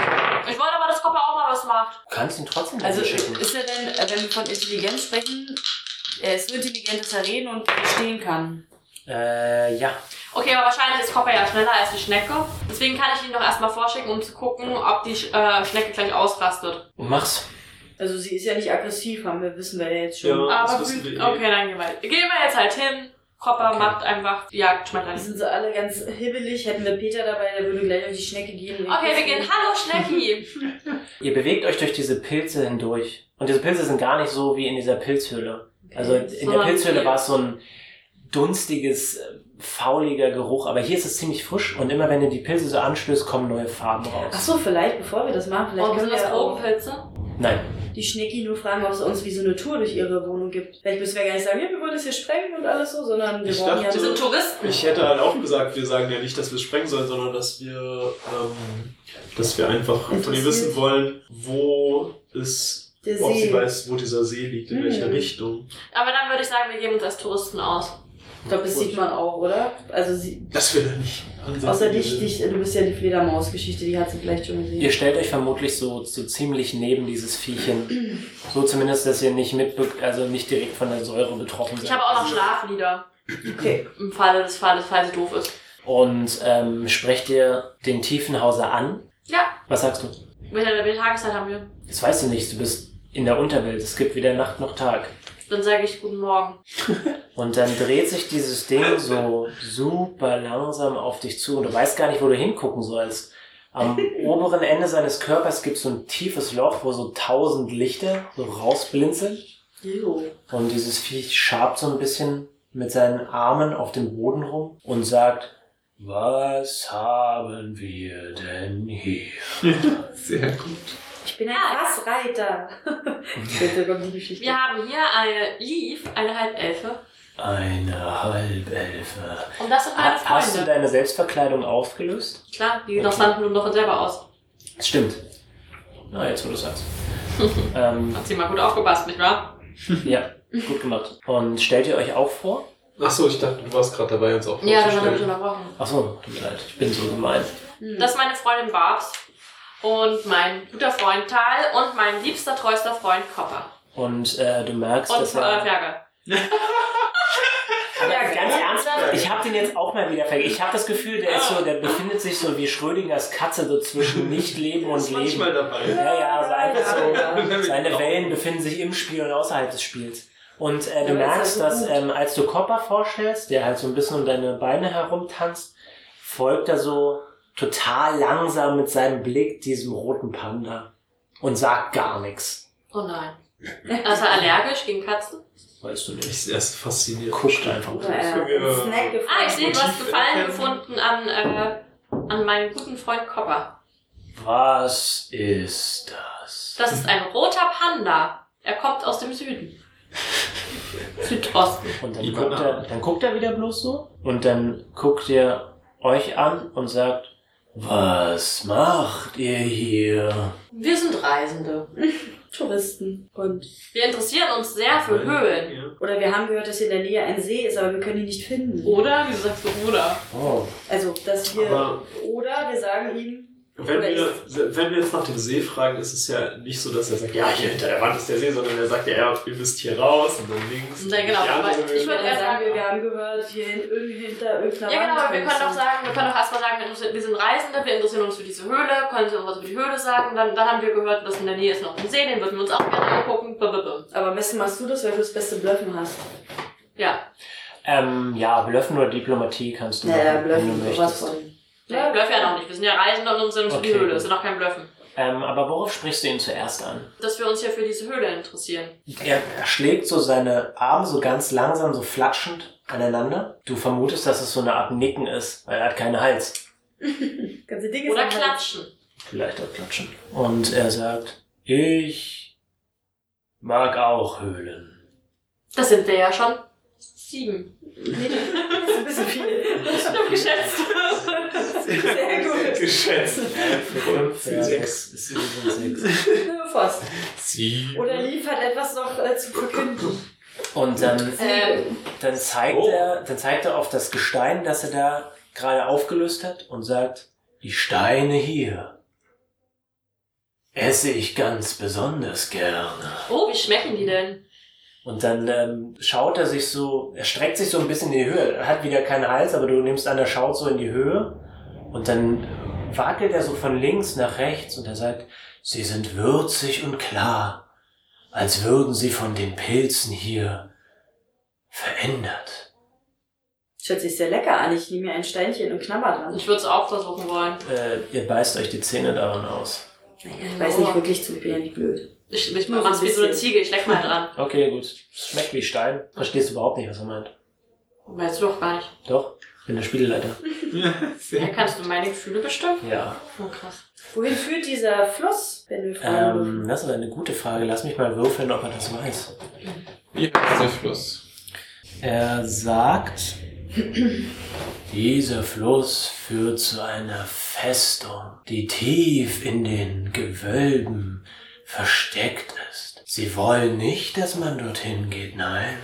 Ich wollte aber, dass Copper auch mal was macht.
Du kannst ihn trotzdem
Also
dahin schicken.
ist er denn, äh, wenn wir von Intelligenz sprechen, er ist so intelligent, dass er reden und verstehen kann.
Äh, ja.
Okay, aber wahrscheinlich ist Copper ja schneller als die Schnecke. Deswegen kann ich ihn doch erstmal vorschicken, um zu gucken, ob die Sch- äh, Schnecke gleich ausrastet.
Mach's.
Also sie ist ja nicht aggressiv, haben wir, wissen wir ja jetzt schon.
Ja.
aber
das wissen wir eh.
okay, dann gehen wir. Gehen wir jetzt halt hin. Copper
Okay.
macht einfach die Jagd
Wir
schmetterlich.
sind so alle ganz hibbelig. Hätten wir Peter dabei, der würde gleich auf die Schnecke gehen.
Okay, wir gehen. Hallo Schnecki!
Ihr bewegt euch durch diese Pilze hindurch. Und diese Pilze sind gar nicht so wie in dieser Pilzhöhle.
halt.
Also in der
sondern
Pilzhöhle
wie-
war es so ein dunstiges, äh, fauliger Geruch. Aber hier ist es ziemlich frisch. Und immer wenn du die Pilze so anstößt, kommen neue Farben
Ach
raus.
so, vielleicht, bevor wir das machen, vielleicht
Oh, sind
können wir
das
ja auch
Probenpilze?
Nein.
die Schnecki nur fragen, ob es uns wie so eine Tour durch ihre Wohnung gibt. Vielleicht müssen wir gar nicht sagen, ja, wir wollen das hier sprengen und alles so, sondern wir
Ich
brauchen
Wir
dachte-
ja...
sind Touristen.
Ich hätte halt auch gesagt, wir sagen ja nicht, dass wir es sprengen sollen, sondern dass wir, ähm, dass wir einfach von ihr
Interessiert.
wissen wollen, wo es,
Der
ob
See.
sie weiß, wo dieser See liegt, in
Hm.
welche Richtung.
Aber dann würde ich sagen, wir geben uns als Touristen aus.
Ich glaube, das sieht man auch, oder? Also sie...
Das will er nicht. ansetzen.
Außer dich, dich, du bist ja die Fledermaus-Geschichte, die hat sie vielleicht schon gesehen.
Ihr stellt euch vermutlich so, so ziemlich neben dieses Viech hin. So zumindest, dass ihr nicht mitbe also nicht direkt von der Säure betroffen seid.
Ich habe auch noch Schlaflieder.
Okay.
Im Falle des Falles, falls es doof ist.
Und ähm, sprecht ihr den Tiefenhauser an?
Ja.
Was sagst du?
Wie viel wie viel Tageszeit haben wir?
Das weißt du nicht, du bist in der Unterwelt. Es gibt weder Nacht noch Tag.
Dann sage ich guten Morgen.
Und dann dreht sich dieses Ding so super langsam auf dich zu und du weißt gar nicht, wo du hingucken sollst. Am oberen Ende seines Körpers gibt es so ein tiefes Loch, wo so tausend Lichter so rausblinzeln.
Jo.
Und dieses Viech schabt so ein bisschen mit seinen Armen auf dem Boden rum und sagt, was haben wir denn hier?
Sehr gut.
Ich bin ein
Ah.
Fassreiter. Bitte kommt die Geschichte.
Wir haben hier eine Leaf, eine Halbelfe.
Eine Halbelfe.
Und das sind meine
Ha- Ah, Hast du
Ah, Freunde.
deine Selbstverkleidung aufgelöst?
Klar, die okay. sanden nur noch von selber aus.
Das stimmt. Na, Ah, jetzt wo du sagst. ähm,
Hat sie mal gut aufgepasst, nicht wahr?
ja, gut gemacht. Und stellt ihr euch auch vor?
Ach so, ich dachte, du warst gerade dabei, uns auch
Ja, das habe ich
vorzustellen.
unterbrochen.
Achso, tut mir leid, ich bin so gemein.
Hm. Das ist meine Freundin Barbs. Und mein guter Freund Tal und mein liebster, treuster Freund Copper.
Und äh, du merkst,
Und äh,
dass er...
Ferge.
Aber ganz ernsthaft, ich habe den jetzt auch mal wieder vergessen. Ich habe das Gefühl, der
Ah.
ist so, der befindet sich so wie Schrödingers Katze so zwischen Nichtleben und
ist
Leben.
manchmal dabei.
Ja, ja, also einfach
Ja.
so.
Genau.
Seine Wellen befinden sich im Spiel und außerhalb des Spiels. Und äh, du
Ja, das
merkst,
ist ja
dass
gut.
ähm, als du Copper vorstellst, der halt so ein bisschen um deine Beine herumtanzt, folgt er so total langsam mit seinem Blick diesem roten Panda und sagt gar nichts.
Oh nein. Also allergisch gegen Katzen?
Weißt du nicht.
Ich bin erst fasziniert.
Kuscht einfach.
Oder er
Ja.
hat einen Snack
Ah, ich
gefunden.
sehe was gefallen gefunden an, äh, an meinen guten Freund Copper.
Was ist das?
Das ist ein roter Panda. Er kommt aus dem Süden. Südosten.
Und dann
Die
guckt, er,
Banane.
dann guckt er wieder bloß so und dann guckt er euch an und sagt, was macht ihr hier?
Wir sind Reisende.
Touristen. Und,
Wir interessieren uns sehr für Höhlen.
Ja.
oder wir haben gehört, dass hier in der Nähe ein See ist, aber wir können ihn nicht
Oh.
finden.
Oder? Wieso sagst du oder?
Oh,
Also, dass wir.
Aber-
Oder wir sagen ihm,
Wenn
Oder
wir, wenn wir jetzt nach dem See fragen, ist es ja nicht so, dass er sagt, ja, hier hinter der Wand ist der See, sondern er sagt ja, ja, ihr müsst hier raus und dann links.
Ja, genau,
die andere
aber ich
Höhle.
würd-
Dann sagen wir, wir haben gehört, hier hin- irgendwie hinter irgendeiner
Ja, genau,
Wand
aber wir können
kannst
doch
du-
sagen, wir können doch erstmal sagen, wir interessieren- wir sind Reisende, wir interessieren uns für diese Höhle, können Sie uns was über die Höhle sagen? Dann, dann haben wir gehört, dass in der Nähe ist noch ein See, den würden wir uns auch gerne angucken. Blablabla.
Aber am besten machst du das, weil du das beste Blöffen hast.
Ja,
Ähm, ja, Bluffen oder Diplomatie kannst du machen,
Naja,
wenn
Blöffen,
du
sowas
möchtest.
von.
ja. Bluff ja noch nicht. Wir sind ja Reisende und uns interessiert
Okay.
die Höhle. Das ist ja noch kein Bluffen.
Ähm, aber worauf sprichst du ihn zuerst an?
Dass wir uns hier für diese Höhle interessieren.
Er schlägt so seine Arme so ganz langsam, so flatschend aneinander. Du vermutest, dass es so eine Art Nicken ist, weil er hat keinen Hals.
Ganze Dinge
Oder
sind halt-
klatschen.
Vielleicht auch klatschen. Und er sagt, ich mag auch Höhlen.
Das sind wir ja schon sieben.
Das ist ein bisschen viel.
Ich hab geschätzt.
Sehr gut.
Geschätzt.
Ja, sechs. Es sind sechs.
Nur Fast.
Sie.
Oder Lief hat etwas noch äh, zu verkünden.
Und
Äh,
dann,
Ähm,
dann, zeigt
Oh.
er, dann zeigt er auf das Gestein, das er da gerade aufgelöst hat und sagt, die Steine hier esse ich ganz besonders gerne.
oh, wie schmecken die denn?
Und dann ähm, schaut er sich so, er streckt sich so ein bisschen in die Höhe. Er hat wieder keinen Hals, aber du nimmst an, er schaut so in die Höhe. Und dann wackelt er so von links nach rechts und er sagt, sie sind würzig und klar, als würden sie von den Pilzen hier verändert.
Das hört sich sehr lecker an. Ich nehme mir ein Steinchen und knabber dran.
Ich würde es auch versuchen wollen.
Äh, ihr beißt euch die Zähne daran aus.
Ich weiß
Oh.
nicht wirklich zu, ich bin ja nicht blöd.
Ich, ich
Nur so
mach's wie so eine
bisschen.
Ziege, ich leck mal dran.
Okay, gut. Schmeckt wie Stein. Verstehst du überhaupt nicht, was er meint.
Oh, Weißt du doch gar nicht.
Doch, ich bin der Spieleleiter.
Ja, kannst du meine Gefühle bestimmen?
Ja.
Oh, krass.
Wohin führt dieser Fluss, wenn wir fragen
Ähm,
dürfen?
das ist eine gute Frage. Lass mich mal würfeln, ob er das weiß.
Wie heißt der also Fluss?
Er sagt, dieser Fluss führt zu einer Festung, die tief in den Gewölben versteckt ist. Sie wollen nicht, dass man dorthin geht, nein.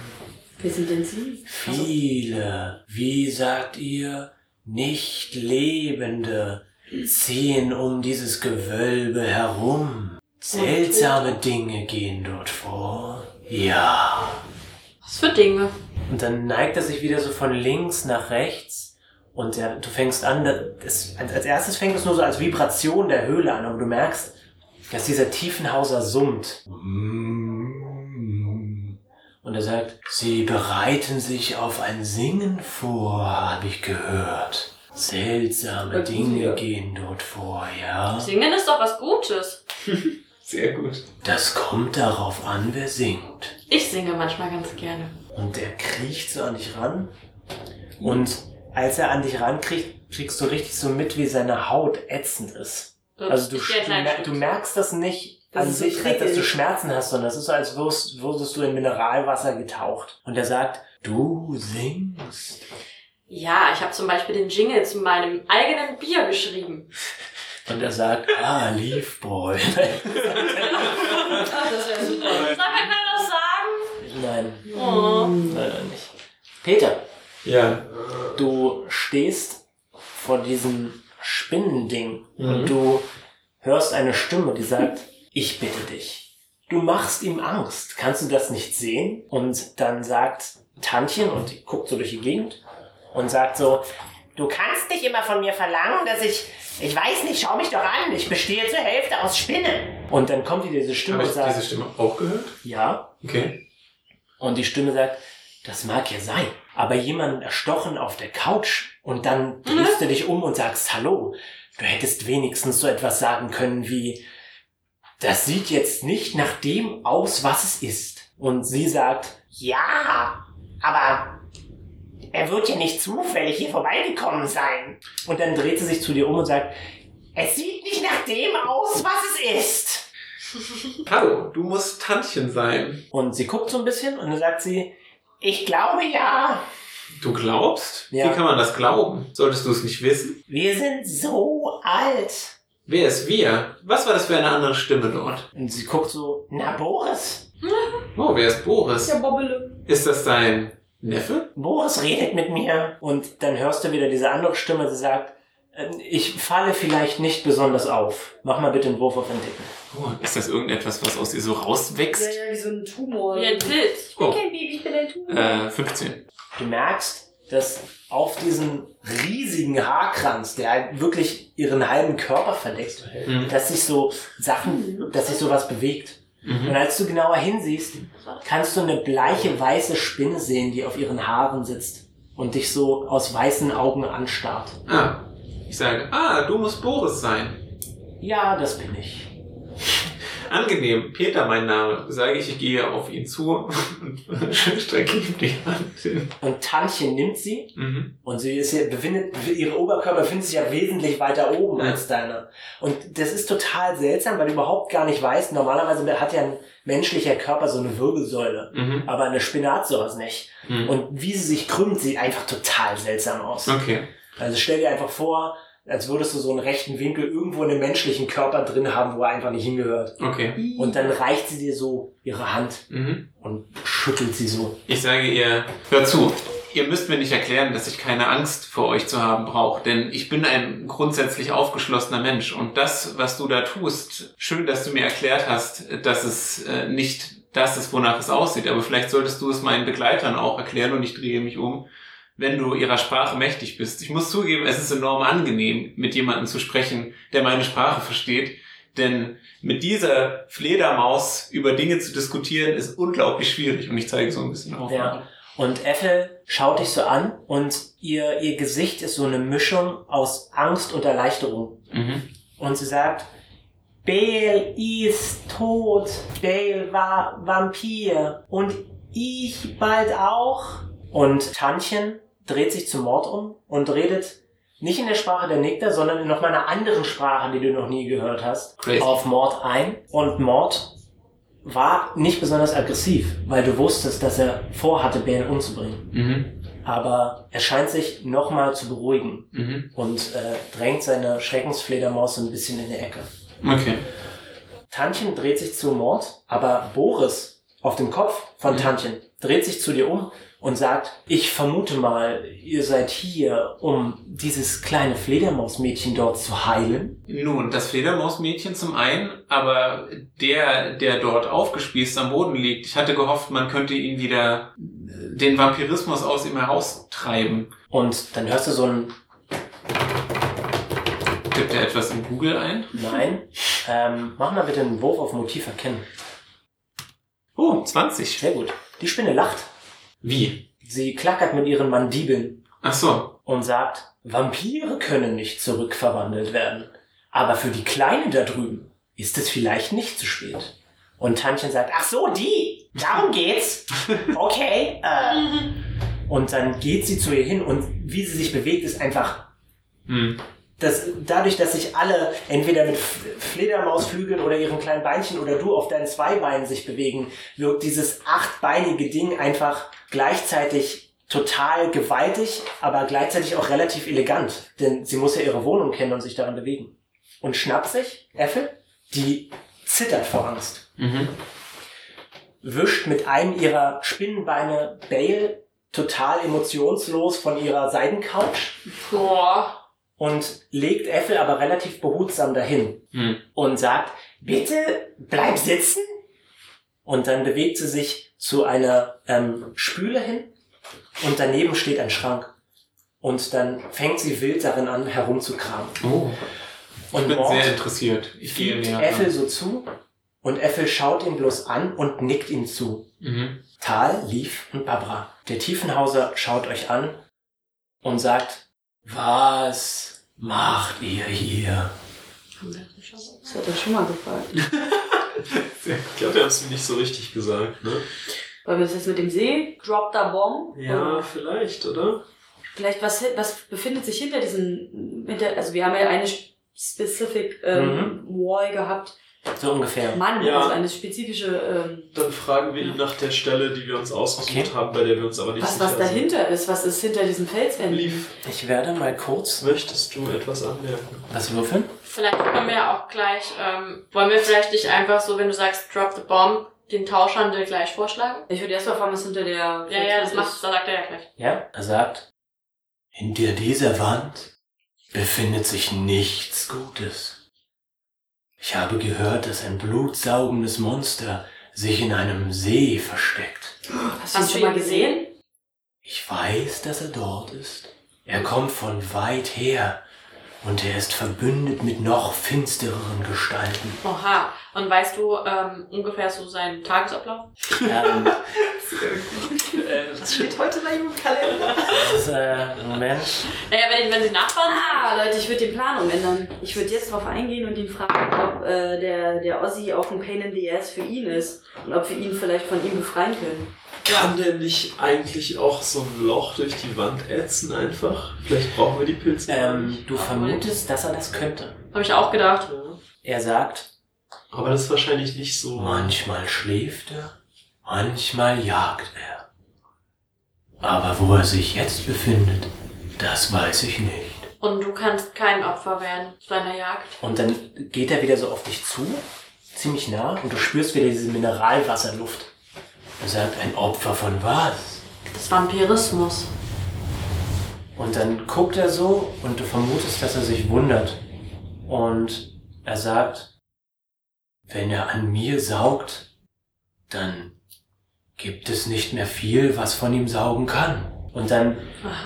Wer sind denn Sie?
Viele, wie sagt ihr, nicht lebende ziehen um dieses Gewölbe herum. Seltsame Dinge gehen dort vor. Ja.
Was für Dinge?
Und dann neigt er sich wieder so von links nach rechts. Und der, du fängst an, da- das, als, als erstes fängt es nur so als Vibration der Höhle an, aber du merkst, dass dieser Tiefenhauser summt. Und er sagt, sie bereiten sich auf ein Singen vor, habe ich gehört. Seltsame
Hört sich
Dinge
wieder.
gehen dort vor, ja.
Singen ist doch was Gutes.
Sehr gut.
Das kommt darauf an, wer singt.
Ich singe manchmal ganz gerne.
Und der kriecht so an dich ran. Und als er an dich rankriegt, kriegst du richtig so mit, wie seine Haut ätzend ist. Also du,
Ich geh
du,
einen kleinen
mer
Schritt.
du merkst das nicht
Das
an
ist so
sich, als dass du
prickelnd.
Schmerzen hast, sondern es ist so, als würdest, würdest du in Mineralwasser getaucht. Und er sagt, du singst.
Ja, ich habe zum Beispiel den Jingle zu meinem eigenen Bier geschrieben.
Und er sagt, ah, Leafboy.
Ach, das wäre super.
Sag mal, kann er das sagen?
nein,
Oh.
leider nicht. Peter.
Ja.
Du stehst vor diesem Spinnending
Mhm.
und du hörst eine Stimme, die sagt, ich bitte dich. Du machst ihm Angst. Kannst du das nicht sehen? Und dann sagt Tantchen und die guckt so durch die Gegend und sagt so, du kannst nicht immer von mir verlangen, dass ich, ich weiß nicht, schau mich doch an, ich bestehe zur Hälfte aus Spinnen. Und dann kommt dir diese Stimme
Habe ich
und sagt,
diese Stimme auch gehört?
ja,
Okay.
und die Stimme sagt, das mag ja sein, aber jemanden erstochen auf der Couch und dann drehst du dich um und sagst Hallo. Du hättest wenigstens so etwas sagen können wie, das sieht jetzt nicht nach dem aus, was es ist. Und sie sagt, ja, aber er wird ja nicht zufällig hier vorbeigekommen sein. Und dann dreht sie sich zu dir um und sagt, es sieht nicht nach dem aus, was es ist.
Hallo, du musst Tantchen sein.
Und sie guckt so ein bisschen und dann sagt sie, ich glaube ja.
Du glaubst?
Ja.
Wie kann man das glauben? Solltest du es nicht wissen?
Wir sind so alt.
Wer ist wir? Was war das für eine andere Stimme dort?
Und sie guckt so, na Boris.
Oh, wer ist Boris?
Ja, Bobbele.
Ist das dein Neffe?
Boris redet mit mir. Und dann hörst du wieder diese andere Stimme, sie sagt, äh, Ähm, Ich falle vielleicht nicht besonders auf. Mach mal bitte einen Wurf auf Entdecken.
Oh, ist das irgendetwas, was aus ihr so rauswächst?
ja, wie so ein Tumor.
Wie ein Pilz.
Oh,
Okay, Baby, ich bin ein Tumor.
äh, 15.
Du merkst, dass auf diesem riesigen Haarkranz, der halt wirklich ihren halben Körper verdeckt,
Mhm.
dass sich so Sachen, dass sich sowas bewegt. Und
Mhm.
als du genauer hinsiehst, kannst du eine bleiche weiße Spinne sehen, die auf ihren Haaren sitzt und dich so aus weißen Augen anstarrt.
Ah, ich sage, ah, du musst Boris sein.
Ja, das bin ich.
Angenehm, Peter mein Name. Sage ich, ich gehe auf ihn zu und strecke ihm die Hand hin.
Und Tantchen nimmt sie
Mhm.
Und sie ist hier, befindet, ihre Oberkörper befindet sich ja wesentlich weiter oben
Ja.
als deiner. Und das ist total seltsam, weil du überhaupt gar nicht weißt, normalerweise hat ja ein menschlicher Körper so eine Wirbelsäule,
Mhm.
aber eine Spinne hat sowas nicht.
Mhm.
Und wie sie sich krümmt, sieht einfach total seltsam aus.
Okay.
Also stell dir einfach vor, als würdest du so einen rechten Winkel irgendwo in dem menschlichen Körper drin haben, wo er einfach nicht hingehört.
Okay.
Und dann reicht sie dir so ihre Hand
Mhm.
und schüttelt sie so.
Ich sage ihr, hör zu. Ihr müsst mir nicht erklären, dass ich keine Angst vor euch zu haben brauche, denn ich bin ein grundsätzlich aufgeschlossener Mensch und das, was du da tust, schön, dass du mir erklärt hast, dass es äh, nicht das ist, wonach es aussieht, aber vielleicht solltest du es meinen Begleitern auch erklären und ich drehe mich um, wenn du ihrer Sprache mächtig bist. Ich muss zugeben, es ist enorm angenehm, mit jemandem zu sprechen, der meine Sprache versteht, denn mit dieser Fledermaus über Dinge zu diskutieren, ist unglaublich schwierig. Und ich zeige so ein bisschen auf.
Ja. Und Ethel schaut dich so an und ihr, ihr Gesicht ist so eine Mischung aus Angst und Erleichterung.
Mhm.
Und sie sagt, Bale ist tot, Bale war Vampir und ich bald auch. Und Tantchen dreht sich zum Mord um und redet nicht in der Sprache der Nickter, sondern in nochmal einer anderen Sprache, die du noch nie gehört hast,
Crazy.
auf Mord ein. Und Mord war nicht besonders aggressiv, weil du wusstest, dass er vorhatte, Bale umzubringen
Mhm.
aber er scheint sich nochmal zu beruhigen
Mhm.
und äh, drängt seine Schreckensfledermaus so ein bisschen in die Ecke.
Okay.
Tantchen dreht sich zu Mord, aber Boris auf dem Kopf von
Mhm.
Tantchen dreht sich zu dir um und sagt, ich vermute mal, ihr seid hier, um dieses kleine Fledermausmädchen dort zu heilen.
Nun, das Fledermausmädchen zum einen, aber der, der dort aufgespießt am Boden liegt, ich hatte gehofft, man könnte ihn wieder äh, den Vampirismus aus ihm heraustreiben.
Und dann hörst du so ein
Tippt er etwas in Google ein?
Nein. ähm, mach mal bitte einen Wurf auf Motiv erkennen.
Oh, 20.
Sehr gut. Die Spinne lacht.
Wie?
Sie klackert mit ihren Mandibeln
Ach so.
und sagt, Vampire können nicht zurückverwandelt werden. Aber für die Kleine da drüben ist es vielleicht nicht zu spät. Und Tantchen sagt, ach so, die, darum geht's. Okay. Äh. Und dann geht sie zu ihr hin und wie sie sich bewegt, ist einfach,
Hm.
dass dadurch, dass sich alle entweder mit F- Fledermausflügeln oder ihren kleinen Beinchen oder du auf deinen zwei Beinen sich bewegen, wirkt dieses achtbeinige Ding einfach gleichzeitig total gewaltig, aber gleichzeitig auch relativ elegant. Denn sie muss ja ihre Wohnung kennen und sich daran bewegen. Und schnappt sich Äffel, die zittert vor Angst,
Mhm.
wischt mit einem ihrer Spinnenbeine Bale total emotionslos von ihrer Seidencouch
Boah.
und legt Äffel aber relativ behutsam dahin
Hm.
und sagt, bitte bleib sitzen. Und dann bewegt sie sich zu einer ähm, Spüle hin und daneben steht ein Schrank. Und dann fängt sie wild darin an, herumzukramen.
Oh.
Und
Ich bin
Mord
sehr interessiert. Ich gehe
fliegt
näher.
Äffel
ran.
so zu und Äffel schaut ihn bloß an und nickt ihm zu.
Mhm.
Tal, Lief und Barbara. Der Tiefenhauser schaut euch an und sagt, was macht ihr hier?
Das hat er schon mal gefragt.
Ich glaube, wir haben es nicht so richtig gesagt, ne?
Weil wir das jetzt mit dem See, drop da Bomb.
Ja,
Und
vielleicht, oder?
Vielleicht, was, hin- was befindet sich hinter diesen, hinter, also wir haben ja eine specific ähm, Wall gehabt.
So ungefähr.
Mann,
Mhm. Ja.
also eine spezifische, ähm,
Dann fragen wir ihn nach der Stelle, die wir uns ausgesucht
Okay.
haben, bei der wir uns aber nicht
was,
sicher
was dahinter ist, was ist hinter diesen
sind.
Felswänden.
Lief,
Ich werde mal kurz
möchtest du etwas anmerken?
was würfeln.
Vielleicht können wir ja auch gleich, ähm, wollen wir vielleicht nicht einfach so, wenn du sagst, drop the bomb, den Tauschhandel gleich vorschlagen?
Ich würde erst mal fragen, was hinter der
Ja, ja, das macht,
ist.
da sagt er ja gleich.
Ja, er sagt, hinter dieser Wand befindet sich nichts Gutes. Ich habe gehört, dass ein blutsaugendes Monster sich in einem See versteckt.
Hast, du ihn schon mal gesehen?
Ich weiß, dass er dort ist. Er kommt von weit her und er ist verbündet mit noch finstereren Gestalten.
Oha. Und weißt du ähm, ungefähr so seinen Tagesablauf?
Ähm,
Das steht heute bei ihm im Kalender.
das ist, äh, Moment.
Naja, wenn, wenn sie Nachbarn sind.
Ah, Leute, ich würde den Plan umändern. Ich würde jetzt darauf eingehen und ihn fragen, ob äh, der, der Ossi auf dem Pain in the Ass für ihn ist und ob wir ihn vielleicht von ihm befreien können.
Kann der nicht eigentlich auch so ein Loch durch die Wand ätzen einfach? Vielleicht brauchen wir die Pilze.
Ähm, du vermutest, dass er das könnte.
Habe ich auch gedacht.
Ja.
Er sagt,
Aber das ist wahrscheinlich nicht so.
manchmal schläft er, manchmal jagt er. Aber wo er sich jetzt befindet, das weiß ich nicht.
Und du kannst kein Opfer werden seiner Jagd.
Und dann geht er wieder so auf dich zu, ziemlich nah, und du spürst wieder diese Mineralwasserluft. Er sagt, ein Opfer von was?
Das Vampirismus.
Und dann guckt er so und du vermutest, dass er sich wundert. Und er sagt, wenn er an mir saugt, dann gibt es nicht mehr viel, was von ihm saugen kann. Und dann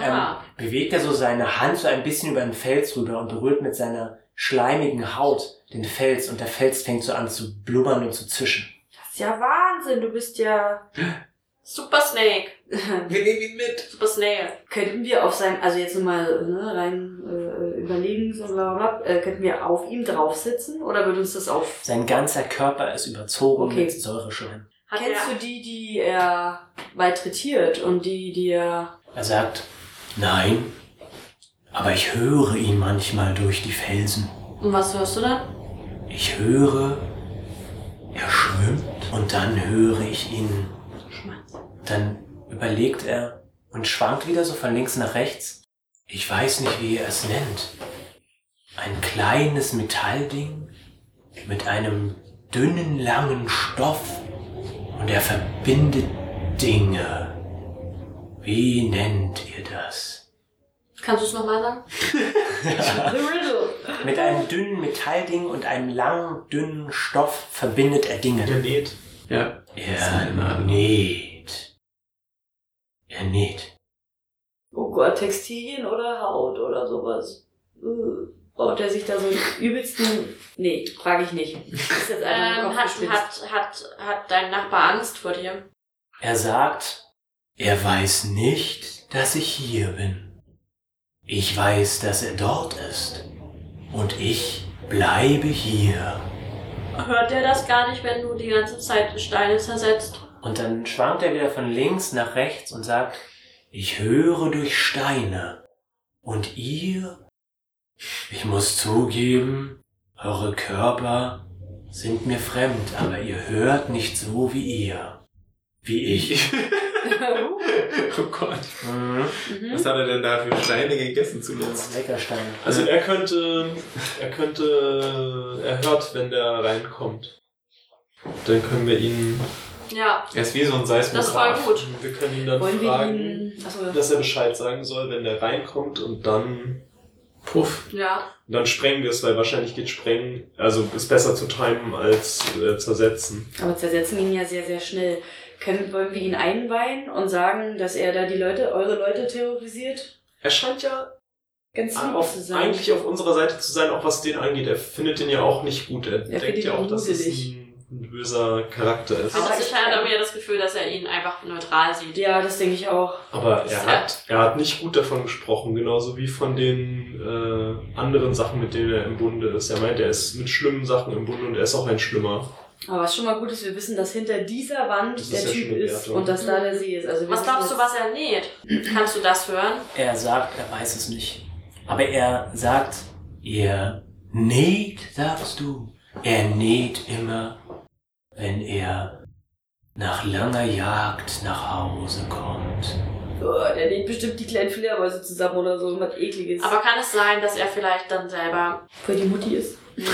ähm,
Aha.
bewegt er so seine Hand so ein bisschen über den Fels rüber und berührt mit seiner schleimigen Haut den Fels und der Fels fängt so an zu blubbern und zu zischen.
Das ist ja Wahnsinn, du bist ja...
Super Snake.
Wir nehmen ihn mit.
Super Snail.
Könnten wir auf sein, also jetzt nochmal ne, rein äh, überlegen, so bla bla, bla, äh, könnten wir auf ihm drauf sitzen oder würde uns das auf...
Sein ganzer Körper ist überzogen
Okay.
mit Säureschleim.
Hat
Kennst
er,
du die, die er malträtiert und die, die er...
Er sagt, nein, aber ich höre ihn manchmal durch die Felsen.
Und was hörst du dann?
Ich höre, er schwimmt und dann höre ich ihn. Dann überlegt er und schwankt wieder so von links nach rechts. Ich weiß nicht, wie er es nennt. Ein kleines Metallding mit einem dünnen, langen Stoff und er verbindet Dinge. Wie nennt ihr das?
Kannst du es nochmal sagen?
The Riddle.
Mit einem dünnen Metallding und einem langen, dünnen Stoff verbindet er Dinge.
Der näht.
Ja.
Er näht. Er näht.
Oh Gott, Textilien oder Haut oder sowas. Äh, Ob der sich da so übelsten. Nee, frage ich nicht. Ist jetzt einfach im
Ähm,
Kopf
hat,
gespitzt.
hat, hat, hat dein Nachbar Angst vor dir?
Er sagt, er weiß nicht, dass ich hier bin. Ich weiß, dass er dort ist. Und ich bleibe hier.
Hört er das gar nicht, wenn du die ganze Zeit Steine zersetzt?
Und dann schwankt er wieder von links nach rechts und sagt, ich höre durch Steine. Und ihr? Ich muss zugeben, eure Körper sind mir fremd, aber ihr hört nicht so wie ihr. Wie ich.
Oh Gott.
Mhm.
Mhm.
Was hat er denn da für Steine gegessen zuletzt?
Lecker Steine.
Also er könnte, er könnte, er hört, wenn der reinkommt. Dann können wir ihn,
Ja.
Er ist wie so ein
Das war
Seismograph.
gut.
wir können ihn dann
Wollen wir
fragen,
ihn. Achso,
dass er Bescheid sagen soll, wenn der reinkommt und dann,
Puff.
Ja.
dann sprengen wir es, weil wahrscheinlich geht sprengen, also ist besser zu timen als äh, zersetzen.
aber zersetzen ihn ja sehr, sehr schnell. Können, wollen wir ihn einweihen und sagen, dass er da die Leute, eure Leute terrorisiert?
Er scheint ja
Ganz lieb
Ah, auf,
zu sein.
eigentlich auf unserer Seite zu sein, auch was den angeht. Er findet den ja auch nicht gut. Er, denkt
findet
ja
ihn
auch, dass es
gruselig.
ein, ein böser Charakter ist.
Aber
Aber
es
ich-
scheint mir das Gefühl, dass er ihn einfach neutral sieht.
Ja, das denke ich auch.
Aber
Ja.
er hat, er hat nicht gut davon gesprochen, genauso wie von den äh, anderen Sachen, mit denen er im Bunde ist. Er meint, er ist mit schlimmen Sachen im Bunde und er ist auch ein Schlimmer.
Aber was schon mal gut ist, wir wissen, dass hinter dieser Wand
Das ist
der
ja schon
Typ
eine
ist
Wertung.
und dass da der See ist. Also wir
Mhm. Was
wissen
glaubst du,
jetzt-
was er näht? Kannst du das hören?
Er sagt, er weiß es nicht. Aber er sagt, er näht, sagst du. Er näht immer, wenn er nach langer Jagd nach Hause kommt.
Boah, Oh, der legt bestimmt die kleinen Fledermäuse zusammen oder so, was ekliges.
Aber kann es sein, dass er vielleicht dann selber,
Weil die Mutti ist.
nee,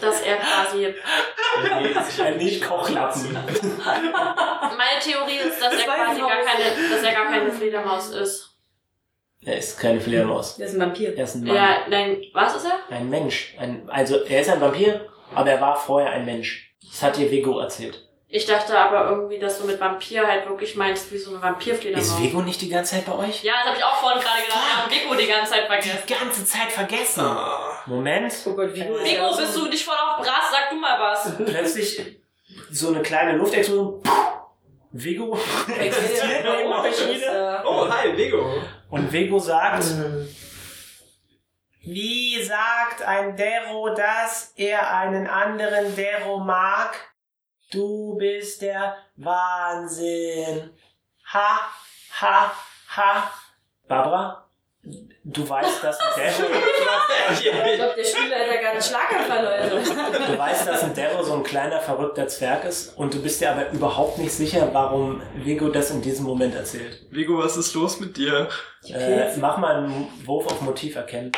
dass er quasi,
Er näht sich
Ein Nicht-Kochlappen.
meine Theorie ist, dass er
Das weiß
quasi
ich
gar
auch.
keine, dass er gar keine Fledermaus ist.
Er ist keine Fledermaus.
Der ist ein Vampir.
Er ist ein Mann.
Ja, nein, was ist er?
Ein Mensch. Ein, also er ist ein Vampir, aber er war vorher ein Mensch. Das hat dir Vego erzählt.
Ich dachte aber irgendwie, dass du mit Vampir halt wirklich meinst, wie so eine Vampirfledermaus.
Ist Vego nicht die ganze Zeit bei euch?
Ja, das habe ich auch vorhin gerade gedacht. Wir haben Vico die ganze Zeit vergessen.
Die ganze Zeit vergessen. Moment.
Oh Gott, wie gut.
Vico, bist du nicht voll auf Brass? Sag du mal was.
Plötzlich so eine kleine Luftexplosion. Vego existiert neben euch
äh,
wieder.
Oh, hi, Lego.
Und Vego sagt, wie sagt ein Dero, dass er einen anderen Dero mag? Du bist der Wahnsinn. Ha, ha, ha. Barbara, du weißt, dass ein Dero,
Ich glaube, der Spielleiter hat gerade Schlaganfall, Leute.
du weißt, dass ein Dero so ein kleiner verrückter Zwerg ist und du bist dir aber überhaupt nicht sicher, warum Vego das in diesem Moment erzählt.
Lego, was ist los mit dir?
Äh, mach mal einen Wurf auf Motiv erkennen.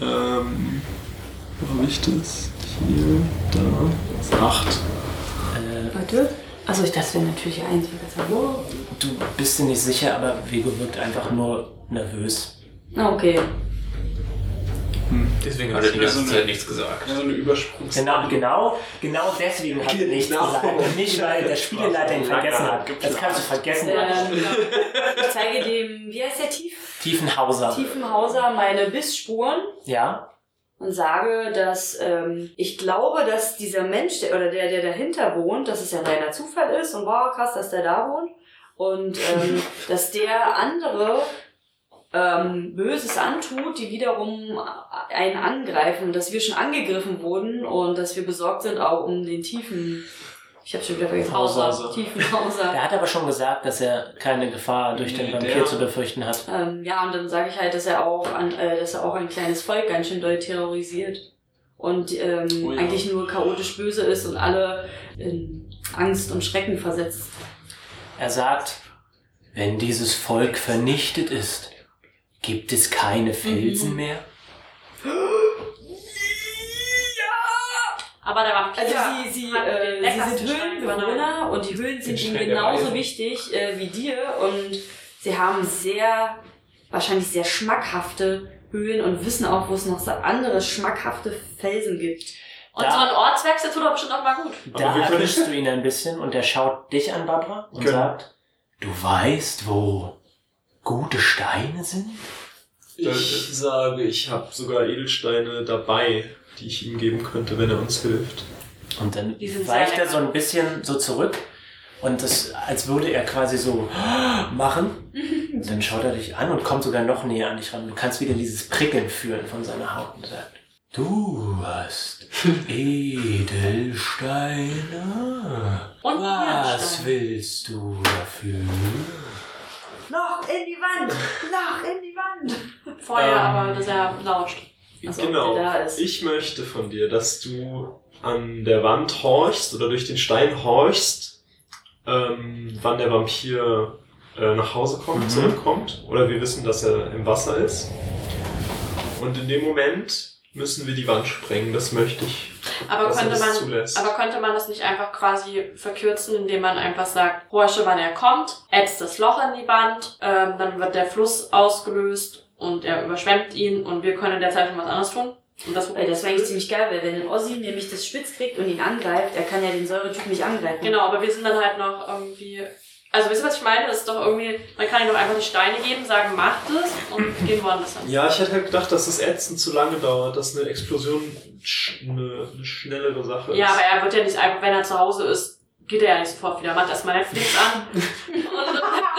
Ähm, wo habe ich das? Hier, da. Das ist acht.
Warte. Achso, Also, ich dachte, das wäre natürlich eins. Ich dachte, wow.
Du bist dir nicht sicher, aber Vego wirkt einfach nur nervös.
Na, Ah, okay.
Deswegen
hat er die ganze Zeit
nichts gesagt.
Ja, so eine Übersprungs.
Genau, genau, genau deswegen hat er nichts
Genau.
gesagt. Und nicht, weil der Spieleleiter ihn vergessen hat.
Geplant.
Das kannst du vergessen.
Ähm, ich zeige dem, wie heißt der Tief?
Tiefenhauser.
Tiefenhauser meine Bissspuren
Ja?
und sage, dass ähm, ich glaube, dass dieser Mensch der, oder der, der dahinter wohnt, dass es ja ein reiner Zufall ist und wow, krass, dass der da wohnt. Und ähm, dass der andere ähm, Böses antut, die wiederum einen angreifen, dass wir schon angegriffen wurden und dass wir besorgt sind auch um den Tiefen. Ich habe schon wieder vergessen.
Hauser.
Tiefenhauser.
Er hat aber schon gesagt, dass er keine Gefahr durch den
Nee,
Vampir
der-
zu befürchten hat.
Ähm, ja, und dann sage ich halt, dass er auch an, äh, dass er auch ein kleines Volk ganz schön doll terrorisiert und ähm,
Oh ja.
eigentlich nur chaotisch böse ist und alle in Angst und Schrecken versetzt.
Er sagt, wenn dieses Volk vernichtet ist, gibt es keine Felsen
Mhm.
mehr?
Aber der Vampir.
Also sie, sie,
hat den
äh, sie
leckersten
sind
Stein übernommen.
Höhlenbewohner und die Höhlen sind
In
ihnen
strenger
genauso
Weise.
wichtig äh, wie dir und sie haben sehr, wahrscheinlich sehr schmackhafte Höhlen und wissen auch, wo es noch so andere schmackhafte Felsen gibt.
Und
Da-
so ein Ortswechsel tut doch bestimmt auch mal gut.
Aber
Da
wir können-
erwischst du ihn ein bisschen und er schaut dich an, Barbara, und
Können-
sagt, du weißt, wo gute Steine sind?
Ich sage, ich habe sogar Edelsteine dabei, die ich ihm geben könnte, wenn er uns hilft.
Und dann
Die sind
weicht
sehr
er so ein bisschen so zurück und das, als würde er quasi so machen. Und dann schaut er dich an und kommt sogar noch näher an dich ran. Du kannst wieder dieses Prickeln fühlen von seiner Haut und sagt, du hast Edelsteine.
Und
Was
Nierenstein.
willst du dafür?
Loch in die Wand! Loch in die Wand!
Feuer,
Ähm.
aber dass er lauscht.
Also,
genau.
ob der da ist.
Ich möchte von dir, dass du an der Wand horchst oder durch den Stein horchst, ähm, wann der Vampir äh, nach Hause kommt,
Mhm.
zurückkommt. Oder wir wissen, dass er im Wasser ist. Und in dem Moment müssen wir die Wand sprengen. Das möchte ich,
Aber
dass er
könnte,
das
man,
zulässt.
aber könnte man das nicht einfach quasi verkürzen, indem man einfach sagt, horche, wann er kommt, ätzt das Loch in die Wand, ähm, dann wird der Fluss ausgelöst und er überschwemmt ihn und wir können in der Zeit schon was anderes tun. Und das,
Weil Äh, das wäre eigentlich ziemlich geil, weil wenn Ozzy nämlich das Spitz kriegt und ihn angreift, er kann ja den Säuretyp nicht angreifen.
Genau, aber wir sind dann halt noch irgendwie. Also wisst ihr, was ich meine? Das ist doch irgendwie, man kann ihm doch einfach die Steine geben, sagen, macht es und gehen woanders hin.
Ja, ich hätte halt gedacht, dass das Ätzen zu lange dauert, dass eine Explosion sch eine, eine schnellere Sache ist.
Ja, aber er wird ja nicht einfach, wenn er zu Hause ist, geht er ja nicht sofort wieder. Macht erstmal Netflix an.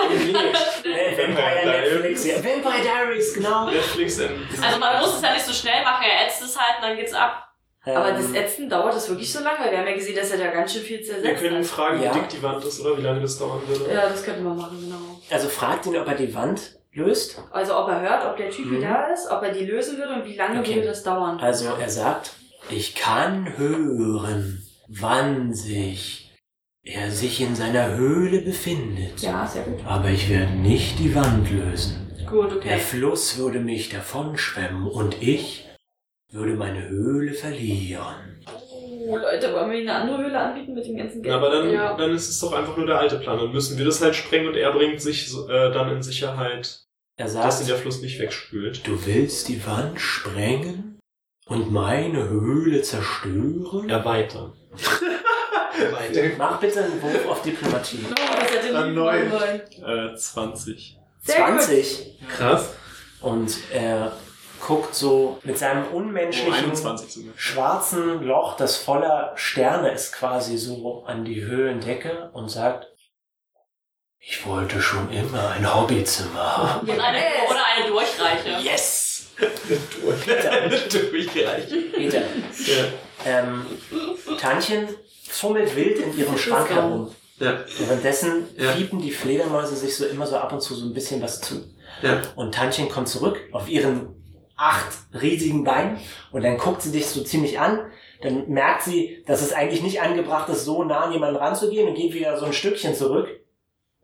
Nee,
Äh,
Vampire
Vampire
Diaries.
Netflix, ja. Vampire Diaries, genau.
Netflix in
also man muss es ja nicht so schnell machen, er ätzt es halt und dann geht's ab.
Aber das
Ähm,
Ätzen dauert das wirklich so lange. Wir haben ja gesehen, dass er da ganz schön viel
Wir
zersetzt
können ihn
hat.
fragen,
Ja.
wie dick die Wand ist oder wie lange das dauern würde.
Ja, das könnten wir machen, genau.
also fragt ihn, ob er die Wand löst.
Also ob er hört, ob der Typ
Mhm.
da ist, ob er die lösen würde und wie lange
Okay.
würde das dauern.
Also er sagt, ich kann hören, wann sich er sich in seiner Höhle befindet.
Ja, sehr gut.
Aber ich werde nicht die Wand lösen.
Gut,
Der
okay.
Fluss würde mich davonschwemmen und ich würde meine Höhle verlieren.
Oh, Leute, wollen wir ihm eine andere Höhle anbieten mit dem ganzen Geld? Oh,
Na, aber dann,
Ja.
dann ist es doch einfach nur der alte Plan. Dann müssen wir das halt sprengen und er bringt sich so, äh, dann in Sicherheit
Er
dass ihn
sagt,
der Fluss nicht wegspült.
du willst die Wand sprengen und meine Höhle zerstören?
Erweitern. Erweitern.
Mach bitte einen Wurf auf Diplomatie.
das hätte
Dann
nicht
neu.
wollen wollen.
Äh, 20.
Sehr
20.
Krass.
Und er guckt so mit seinem
Oh,
unmenschlichen
21 sogar.
schwarzen Loch, das voller Sterne ist, quasi so an die Höhlendecke und sagt, ich wollte schon immer ein Hobbyzimmer haben.
Und eine, oder eine Durchreiche.
Yes!
Durch. Durchgereicht.
Peter.
Ja.
Ähm, Tantchen fummelt wild in ihrem Schrank herum.
Ja,
Währenddessen
Ja.
fiepen die Fledermäuse sich so immer so ab und zu so ein bisschen was zu.
ja.
Und Tantchen kommt zurück auf ihren acht riesigen Beinen und dann guckt sie dich so ziemlich an. Dann merkt sie, dass es eigentlich nicht angebracht ist, so nah an jemanden ranzugehen und geht wieder so ein Stückchen zurück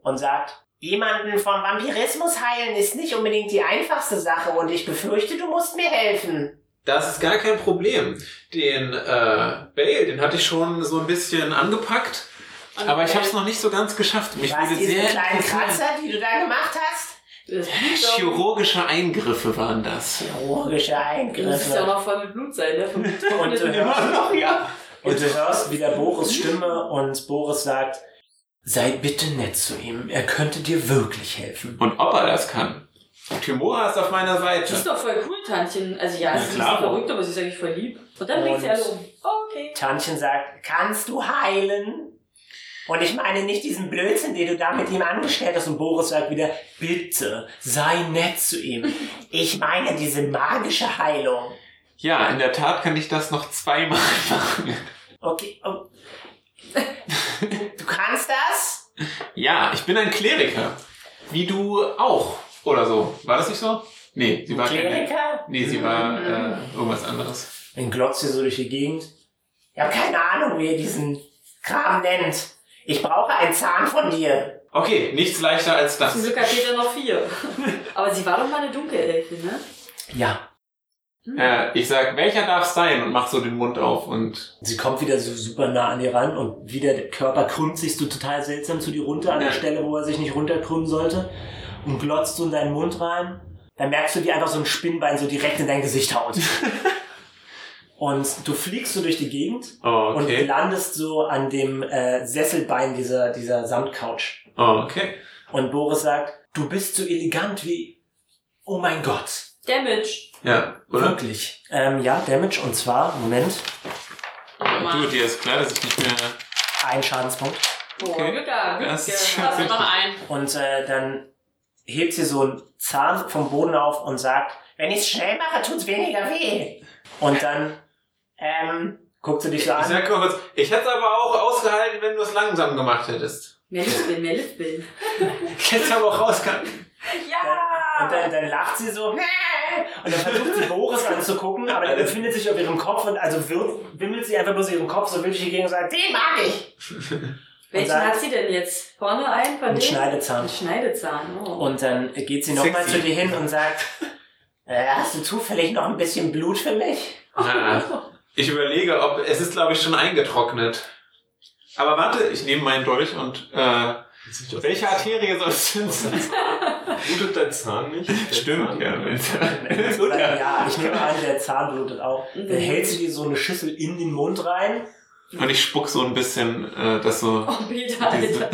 und sagt, jemanden vom Vampirismus heilen ist nicht unbedingt die einfachste Sache und ich befürchte, du musst mir helfen.
Das ist gar kein Problem. Den äh, Bale, den hatte ich schon so ein bisschen angepackt,
Und
aber ich habe es noch nicht so ganz geschafft. Mich
Was,
würde
diese
sehr
kleinen
interessieren.
Kratzer, die du da gemacht hast?
Das Blut
Chirurgische Eingriffe waren das.
Chirurgische Eingriffe.
das ist ja noch voll mit Blut sein, ne? Vom Blut
Und äh, du hörst,
ja.
und du hörst wieder Boris Stimme und Boris sagt, sei bitte nett zu ihm, er könnte dir wirklich helfen.
Und ob er das kann. Timora ist auf meiner
Das ist
Seite.
doch voll cool, Tantchen. Also ja, es ist ein
klar.
bisschen verrückt, aber sie ist eigentlich voll lieb. Und dann bringt sie
Und-
alle um. Oh, okay.
Tantchen sagt, kannst du heilen? Und ich meine nicht diesen Blödsinn, den du da mit ihm angestellt hast. Und Boris sagt wieder, bitte, sei nett zu ihm. Ich meine diese magische Heilung.
Ja, in der Tat kann ich das noch zweimal machen.
Okay, oh. du kannst das?
Ja, ich bin ein Kleriker. Wie du auch. Oder so. War das nicht so? Nee, sie war
Kleriker?
Nee, sie war äh, irgendwas anderes.
Dann glotzt sie so durch die Gegend. Ich habe keine Ahnung, wie ihr diesen Kram nennt. Ich brauche einen Zahn von dir.
Okay, nichts leichter als
Zum
das.
Glück hat Peter noch vier. aber sie war doch mal eine Dunkelelfe, ne?
Ja.
Äh, ich sag, welcher darf sein? Und mach so den Mund auf und.
Sie kommt wieder so super nah an ihr ran und wieder der Körper krümmt sich so total seltsam zu dir runter an der
Ja.
Stelle, wo er sich nicht runterkrümmen sollte und glotzt so in deinen Mund rein. Dann merkst du, wie einfach so ein Spinnbein so direkt in dein Gesicht haut. und du fliegst so durch die Gegend
Oh,
und landest so an dem äh, Sesselbein dieser, dieser Samtcouch.
Oh, okay.
Und Boris sagt, du bist so elegant wie, oh mein Gott.
Damage.
Ja, oder?
Wirklich. Ähm, ja, Damage und zwar, Moment,
Du,
Nochmal.
dir ist klar, dass ich nicht mehr.
ein Schadenspunkt.
Boah,
Okay.
Oh, Glück gehabt.
Das ist
Ja.
Hast du noch einen?
Und äh, dann hebt sie so einen Zahn vom Boden auf und sagt, wenn ich es schnell mache, tut's weniger weh. Und dann, ähm, guckt sie dich so
Ich
an.
sag mal kurz, ich hätte es aber auch ausgehalten, wenn du es langsam gemacht hättest.
Mehr Lispeln, mehr Lispeln.
Ich hätte es aber auch ausgehalten.
Und dann, dann lacht sie so. Und dann versucht sie Boris anzugucken, aber er befindet sich auf ihrem Kopf und also wir- wimmelt sie einfach bloß ihren Kopf so wild durch die Gegend und sagt, den mag ich.
Welchen
dann-
hat sie denn jetzt? Vorne einen von
Ein
denen?
Schneidezahn.
Ein Schneidezahn. Oh.
Und dann geht sie nochmal zu
Sexy.
dir hin und sagt, äh, hast du zufällig noch ein bisschen Blut für mich?
Ah, ich überlege, ob es ist, glaube ich, schon eingetrocknet. Aber warte, ich nehme meinen Dolch und äh, welche Arterie soll es denn sein?
Blutet dein Zahn nicht? Dein Zahn?
Stimmt, ja. Gut,
Oder,
ja.
ja, ich nehme an, der Zahn blutet auch. Dann
Mhm.
hältst du dir so eine Schüssel in den Mund rein.
Und ich spuck so ein bisschen, äh, das so
Oh, Peter, Alter.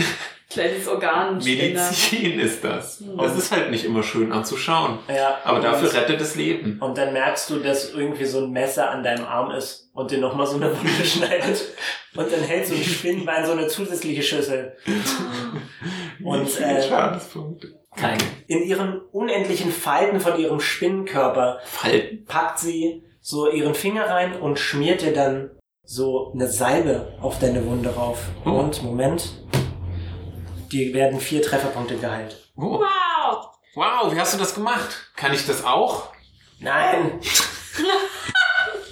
Kleines Organständer.
Medizin ist das.
Mhm.
Das ist halt nicht immer schön anzuschauen.
Ja,
Aber
und-
dafür rettet es Leben.
Und dann merkst du, dass irgendwie so ein Messer an deinem Arm ist und dir nochmal so eine Wunde schneidet. Und dann hält so ein Spinnenbein so eine zusätzliche Schüssel. Und,
Wie viel
äh,
Schadenspunkte.
Keine. In ihren unendlichen Falten von ihrem Spinnenkörper
Falten.
packt sie so ihren Finger rein und schmiert dir dann so eine Salbe auf deine Wunde rauf.
Hm?
Oh.
Und Moment, die werden vier Trefferpunkte geheilt.
Oh.
Wow!
Wow, wie hast du das gemacht? Kann ich das auch?
Nein!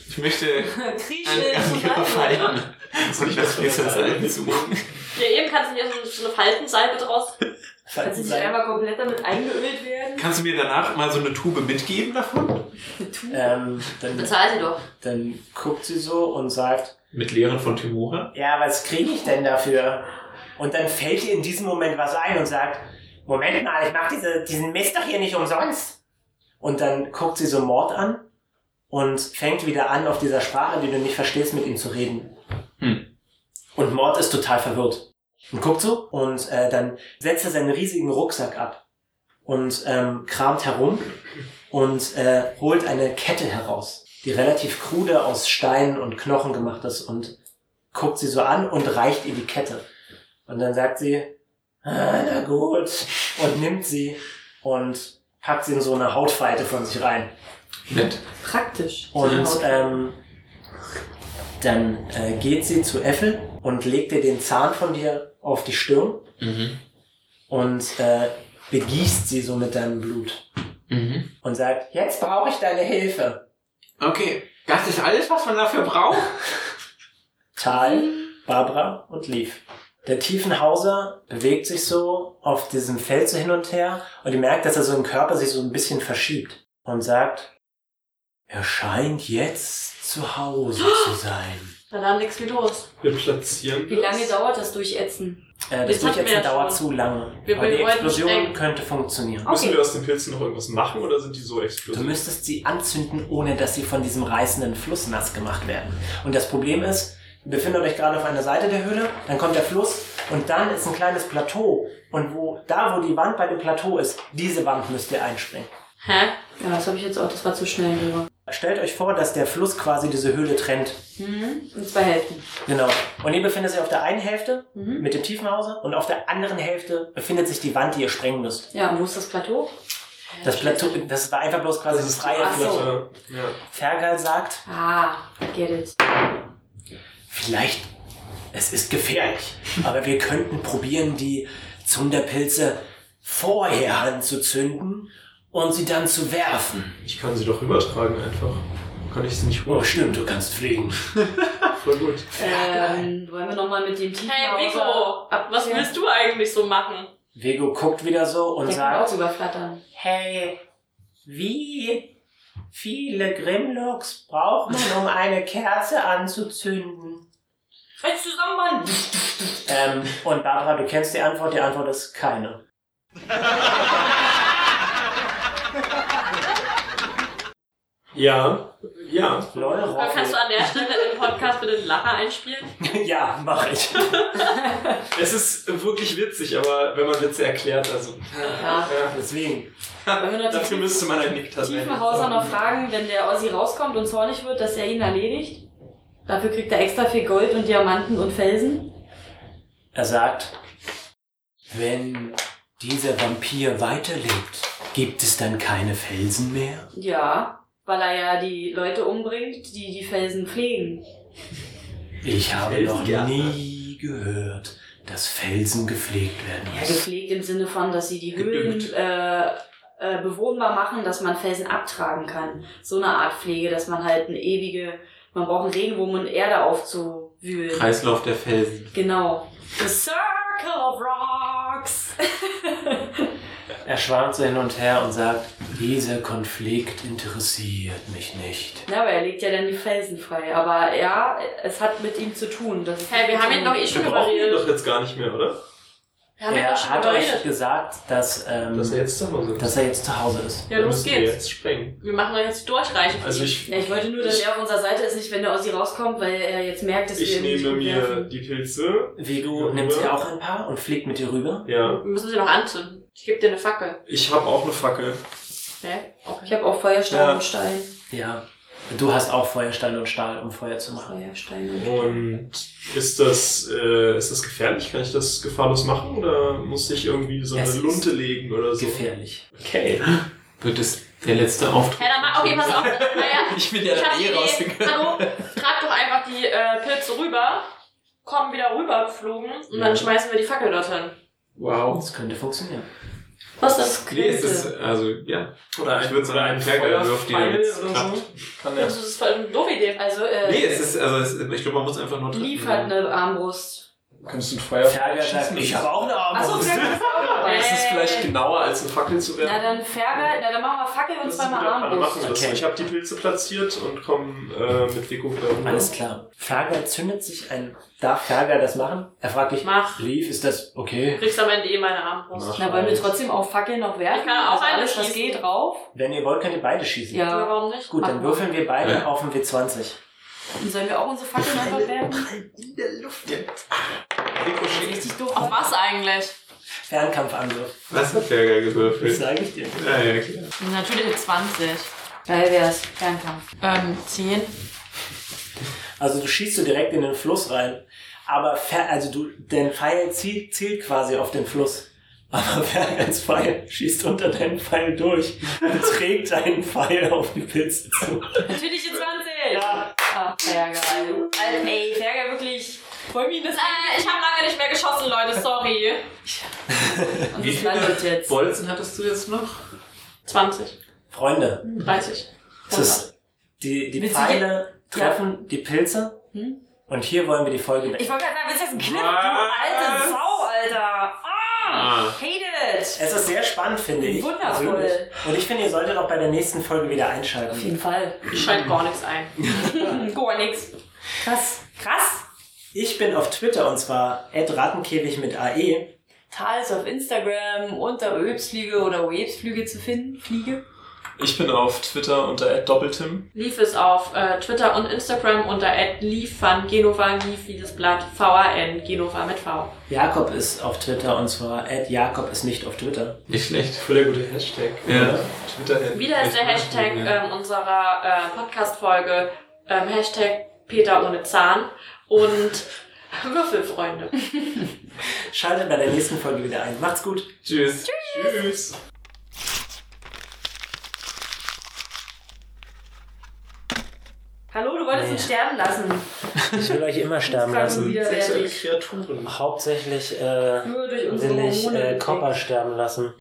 Ich möchte an,
Kriechel
an ihre Falten. Soll ich das Messer sein suchen?
Ja, eben kannst du hier so, so eine Faltensalbe draus.
Kannst du nicht einmal komplett damit eingeölt werden?
Kannst du mir danach mal so eine Tube mitgeben davon?
Ähm, dann,
Bezahl sie doch.
dann guckt sie so und sagt,
Mit Lehren von Timura?
ja, was kriege ich denn dafür? Und dann fällt ihr in diesem Moment was ein und sagt, Moment mal, ich mach diese, diesen Mist doch hier nicht umsonst. Und dann guckt sie so Mord an und fängt wieder an, auf dieser Sprache, die du nicht verstehst, mit ihm zu reden.
Hm.
Und Mord ist total verwirrt. Und guckt so und äh, dann setzt er seinen riesigen Rucksack ab und ähm, kramt herum und äh, holt eine Kette heraus, die relativ krude aus Steinen und Knochen gemacht ist und guckt sie so an und reicht ihr die Kette. Und dann sagt sie, ah, na gut, und nimmt sie und packt sie in so eine Hautfalte von sich rein.
Nett.
Praktisch.
Und
Haut.
ähm, dann äh, geht sie zu Äffel und legt ihr den Zahn von dir auf die Stirn
Mhm.
und äh, begießt sie so mit deinem Blut
Mhm.
und sagt, jetzt brauche ich deine Hilfe.
Okay, das ist alles, was man dafür braucht?
Tal,
Mhm.
Barbara und Leaf. Der Tiefenhauser bewegt sich so auf diesem Feld so hin und her und ihr merkt, dass er so im Körper sich so ein bisschen verschiebt und sagt, er scheint jetzt zu Hause zu sein.
Da war nichts wie los.
Wir platzieren.
Wie lange dauert das Durchätzen?
Äh, das
Das hatten wir
Durchsetzen
ja
dauert
schon.
zu lange.
Wir
aber die
wollten
Explosion
schnell-
könnte funktionieren.
Müssen
Okay.
wir aus den Pilzen noch irgendwas machen oder sind die so
Du
explodiert?
müsstest sie anzünden, ohne dass sie von diesem reißenden Fluss nass gemacht werden. Und das Problem ist, ihr befindet euch gerade auf einer Seite der Höhle, dann kommt der Fluss und dann ist ein kleines Plateau. Und wo, da, wo die Wand bei dem Plateau ist, diese Wand müsst ihr einspringen.
Hä?
Ja, das habe ich jetzt auch, das war zu schnell Jura.
Stellt euch vor, dass der Fluss quasi diese Höhle trennt.
Mhm. Und zwei Hälften.
Genau. Und ihr befindet euch auf der einen Hälfte
Mhm.
mit dem Tiefenhause und auf der anderen Hälfte befindet sich die Wand, die ihr sprengen müsst.
Ja, und wo ist das Plateau?
Das Plateau, das war einfach bloß
Also
quasi das freie
Ach so.
Fläche.
Ja.
Fergal sagt,
Ah, get it.
Vielleicht, es ist gefährlich, aber wir könnten probieren, die Zunderpilze vorher anzuzünden und sie dann zu werfen.
Ich kann sie doch rübertragen einfach. Kann ich sie nicht
Oh,
rüber?
stimmt, du kannst fliegen.
Voll gut.
Ähm, wollen wir nochmal mit dem Team
Hey, Vico, was
Ja.
willst du eigentlich so machen?
Vego guckt wieder so und
Der kann auch
sagt,
sogar flattern.
hey, wie viele Grimlocks braucht man, um eine Kerze anzuzünden?
Fällt zusammen,
Ähm, und Barbara, du kennst die Antwort, die Antwort ist keine.
Ja, ja.
Lol,
Mann. Kannst du an der Stelle im Podcast bitte einen Lacher einspielen?
Ja, mach ich.
Es ist wirklich witzig, aber wenn man Witze erklärt, also.
Ja.
Ja.
Deswegen.
Wollen wir noch die
Dafür müsste man halt ein Nick
Tiefenhauser noch fragen, wenn der Ossi rauskommt und zornig wird, dass er ihn erledigt? Dafür kriegt er extra viel Gold und Diamanten und Felsen.
Er sagt, wenn dieser Vampir weiterlebt, gibt es dann keine Felsen mehr?
Ja, weil er ja die Leute umbringt, die die Felsen pflegen.
Ich habe
Felsen,
noch
ja.
nie gehört, dass Felsen gepflegt werden
Ja,
müssen.
gepflegt im Sinne von, dass sie die Höhlen
Gedüngt.
äh, äh, bewohnbar machen, dass man Felsen abtragen kann. So eine Art Pflege, dass man halt eine ewige, man braucht einen Regenwurm und Erde aufzuwühlen.
Kreislauf der Felsen.
Genau. The Circle of Rocks.
Er schwankt so hin und her und sagt, dieser Konflikt interessiert mich nicht.
Na, aber er legt ja dann die Felsen frei. Aber ja, es hat mit ihm zu tun. Das ist
Hey, wir haben ihn doch eh
Wir
schon
brauchen ihn
überredet.
doch jetzt gar nicht mehr, oder?
Wir haben ihn doch
er
schon
hat euch
überredet.
gesagt, dass, ähm,
Dass er jetzt zu Hause ist.
dass er jetzt zu Hause ist.
Ja,
Dann
los
müssen wir
geht's.
jetzt sprengen.
Wir machen doch jetzt die Durchreiche.
Also ich.
Ja, ich wollte nur, dass
ich,
er auf unserer Seite ist, nicht wenn der Ossi rauskommt, weil er jetzt merkt, dass
Ich
wir ihn
nehme
nicht
mir
werfen.
die Pilze.
Vigo nimmt sie auch ein paar und fliegt mit ihr rüber.
Ja.
Wir müssen sie noch anzünden. Ich gebe dir eine Fackel.
Ich habe auch eine Fackel.
Hä? Okay.
Ich habe auch Feuerstein
Ja.
und Stein.
Ja. Du hast auch Feuerstein und Stahl, um Feuer zu machen.
Feuerstein und
Und ist das, äh, ist das gefährlich? Kann ich das gefahrlos machen oder muss ich irgendwie so eine
Es ist
Lunte legen oder so?
Gefährlich.
Okay.
Wird es der letzte Auftritt?
Hey, dann mach, okay, pass auf. Naja,
Ich bin
ich hab
eh
die Idee. Hallo, trag doch einfach die äh, Pilze rüber, kommen wieder rüber geflogen und
Ja.
dann schmeißen wir die Fackel dorthin.
Wow.
Das könnte funktionieren.
Was das
Nee, es ist, also, ja.
Oder
Ich
ein-
würd's
oder
sagen,
ein
Ferkel
Feuer-
wirft die
Pfeil
jetzt
oder
klappt.
so. Kann
Das ist voll eine doofe Idee.
Also, äh,
Nee, es ist, also, es, ich glaube, man muss einfach nur treffen.
Leaf hat eine Armbrust.
Kannst du ein Feuer
Ferger sagt, ich habe auch eine Arme.
Achso, Fergal ist auch dabei. Äh,
Ist es vielleicht genauer, als eine Fackel zu werden?
Na dann Fergal, na dann machen wir Fackel und
Das ist ein
zweimal
guter Plan.
Armbrust.
Machen wir das.
Okay.
Ich habe die Pilze platziert und komme äh, mit Vico wieder runter.
Alles klar. Ferger zündet sich ein. Darf Ferger das machen? Er fragt dich,
Mach.
Leaf, ist das
Du
okay?
kriegst am Ende eh meine Armbrust.
Mach.
Na, wollen wir trotzdem auch Fackeln noch
Ich
werfen? Also
kann auch eine
alles, was
schießen.
geht, drauf.
Wenn ihr wollt, könnt ihr beide schießen.
Ja,
Ja.
warum nicht?
Gut, dann
Machen
würfeln wir beide auf den W20.
Und sollen wir auch unsere Fackeln einfach werfen?
Rico schießt.
Richtig doof.
Auf was eigentlich?
Fernkampfangriff.
Was hat Ferger
Das
gewürfelt?
sage ich dir.
Ah, ja, klar.
Natürlich 20.
Geil wär's. Fernkampf.
Ähm, 10.
Also du schießt du direkt in den Fluss rein. Aber Fer also du, dein Pfeil zielt, zielt quasi auf den Fluss. Aber Fergans Pfeil schießt unter deinen Pfeil durch und trägt deinen Pfeil auf die Pilze zu.
Natürlich die 20. Ja. Ah, Fergal. Alter, ey, Fergal wirklich. Voll mir das
Äh, ich habe lange nicht mehr geschossen, Leute, sorry.
Und das landet jetzt.
Bolzen hattest du jetzt noch?
20,
Freunde,
30.
es ist, die, die
Willst du
Pfeile treffen die Pilze.
Hm?
Und hier wollen wir die Folge beenden.
Ich wollte gerade sagen, willst du jetzt einen Kniff? Du
Was?
alte Sau, Alter. Ah,
Ah.
hate it.
Es ist sehr spannend, finde ich.
Wundervoll.
persönlich. Und ich finde, ihr solltet auch bei der nächsten Folge wieder einschalten.
Auf jeden Fall.
Ich schalte gar nichts ein.
Gar nix. Krass. Krass.
Ich bin auf Twitter und zwar @rattenkäfig mit E. AE.
Tal ist auf Instagram unter Öbsfliege oder Websflüge zu finden. Fliege.
Ich bin auf Twitter unter doppeltim.
Leaf ist auf äh, Twitter und Instagram unter @leafvangenova, Leaf wie das Blatt, V-A-N, Genova mit V.
Jakob ist auf Twitter und zwar Jakob ist nicht auf Twitter.
Nicht schlecht.
Voll der gute Hashtag.
Ja.
Twitter
Wieder ist der Hashtag ähm, unserer äh, Podcast-Folge ähm, Hashtag Peter ohne Zahn und Würfelfreunde.
Schaltet bei der nächsten Folge wieder ein. Macht's gut.
Tschüss.
Tschüss.
Hallo, du wolltest ihn sterben lassen.
Ich will euch immer sterben
Jetzt fangen
lassen.
wir
Sexuelle
widerwärtig.
Kreaturen.
Hauptsächlich äh,
Nur durch unsere
will ich
Hormone.
äh, Copper sterben lassen.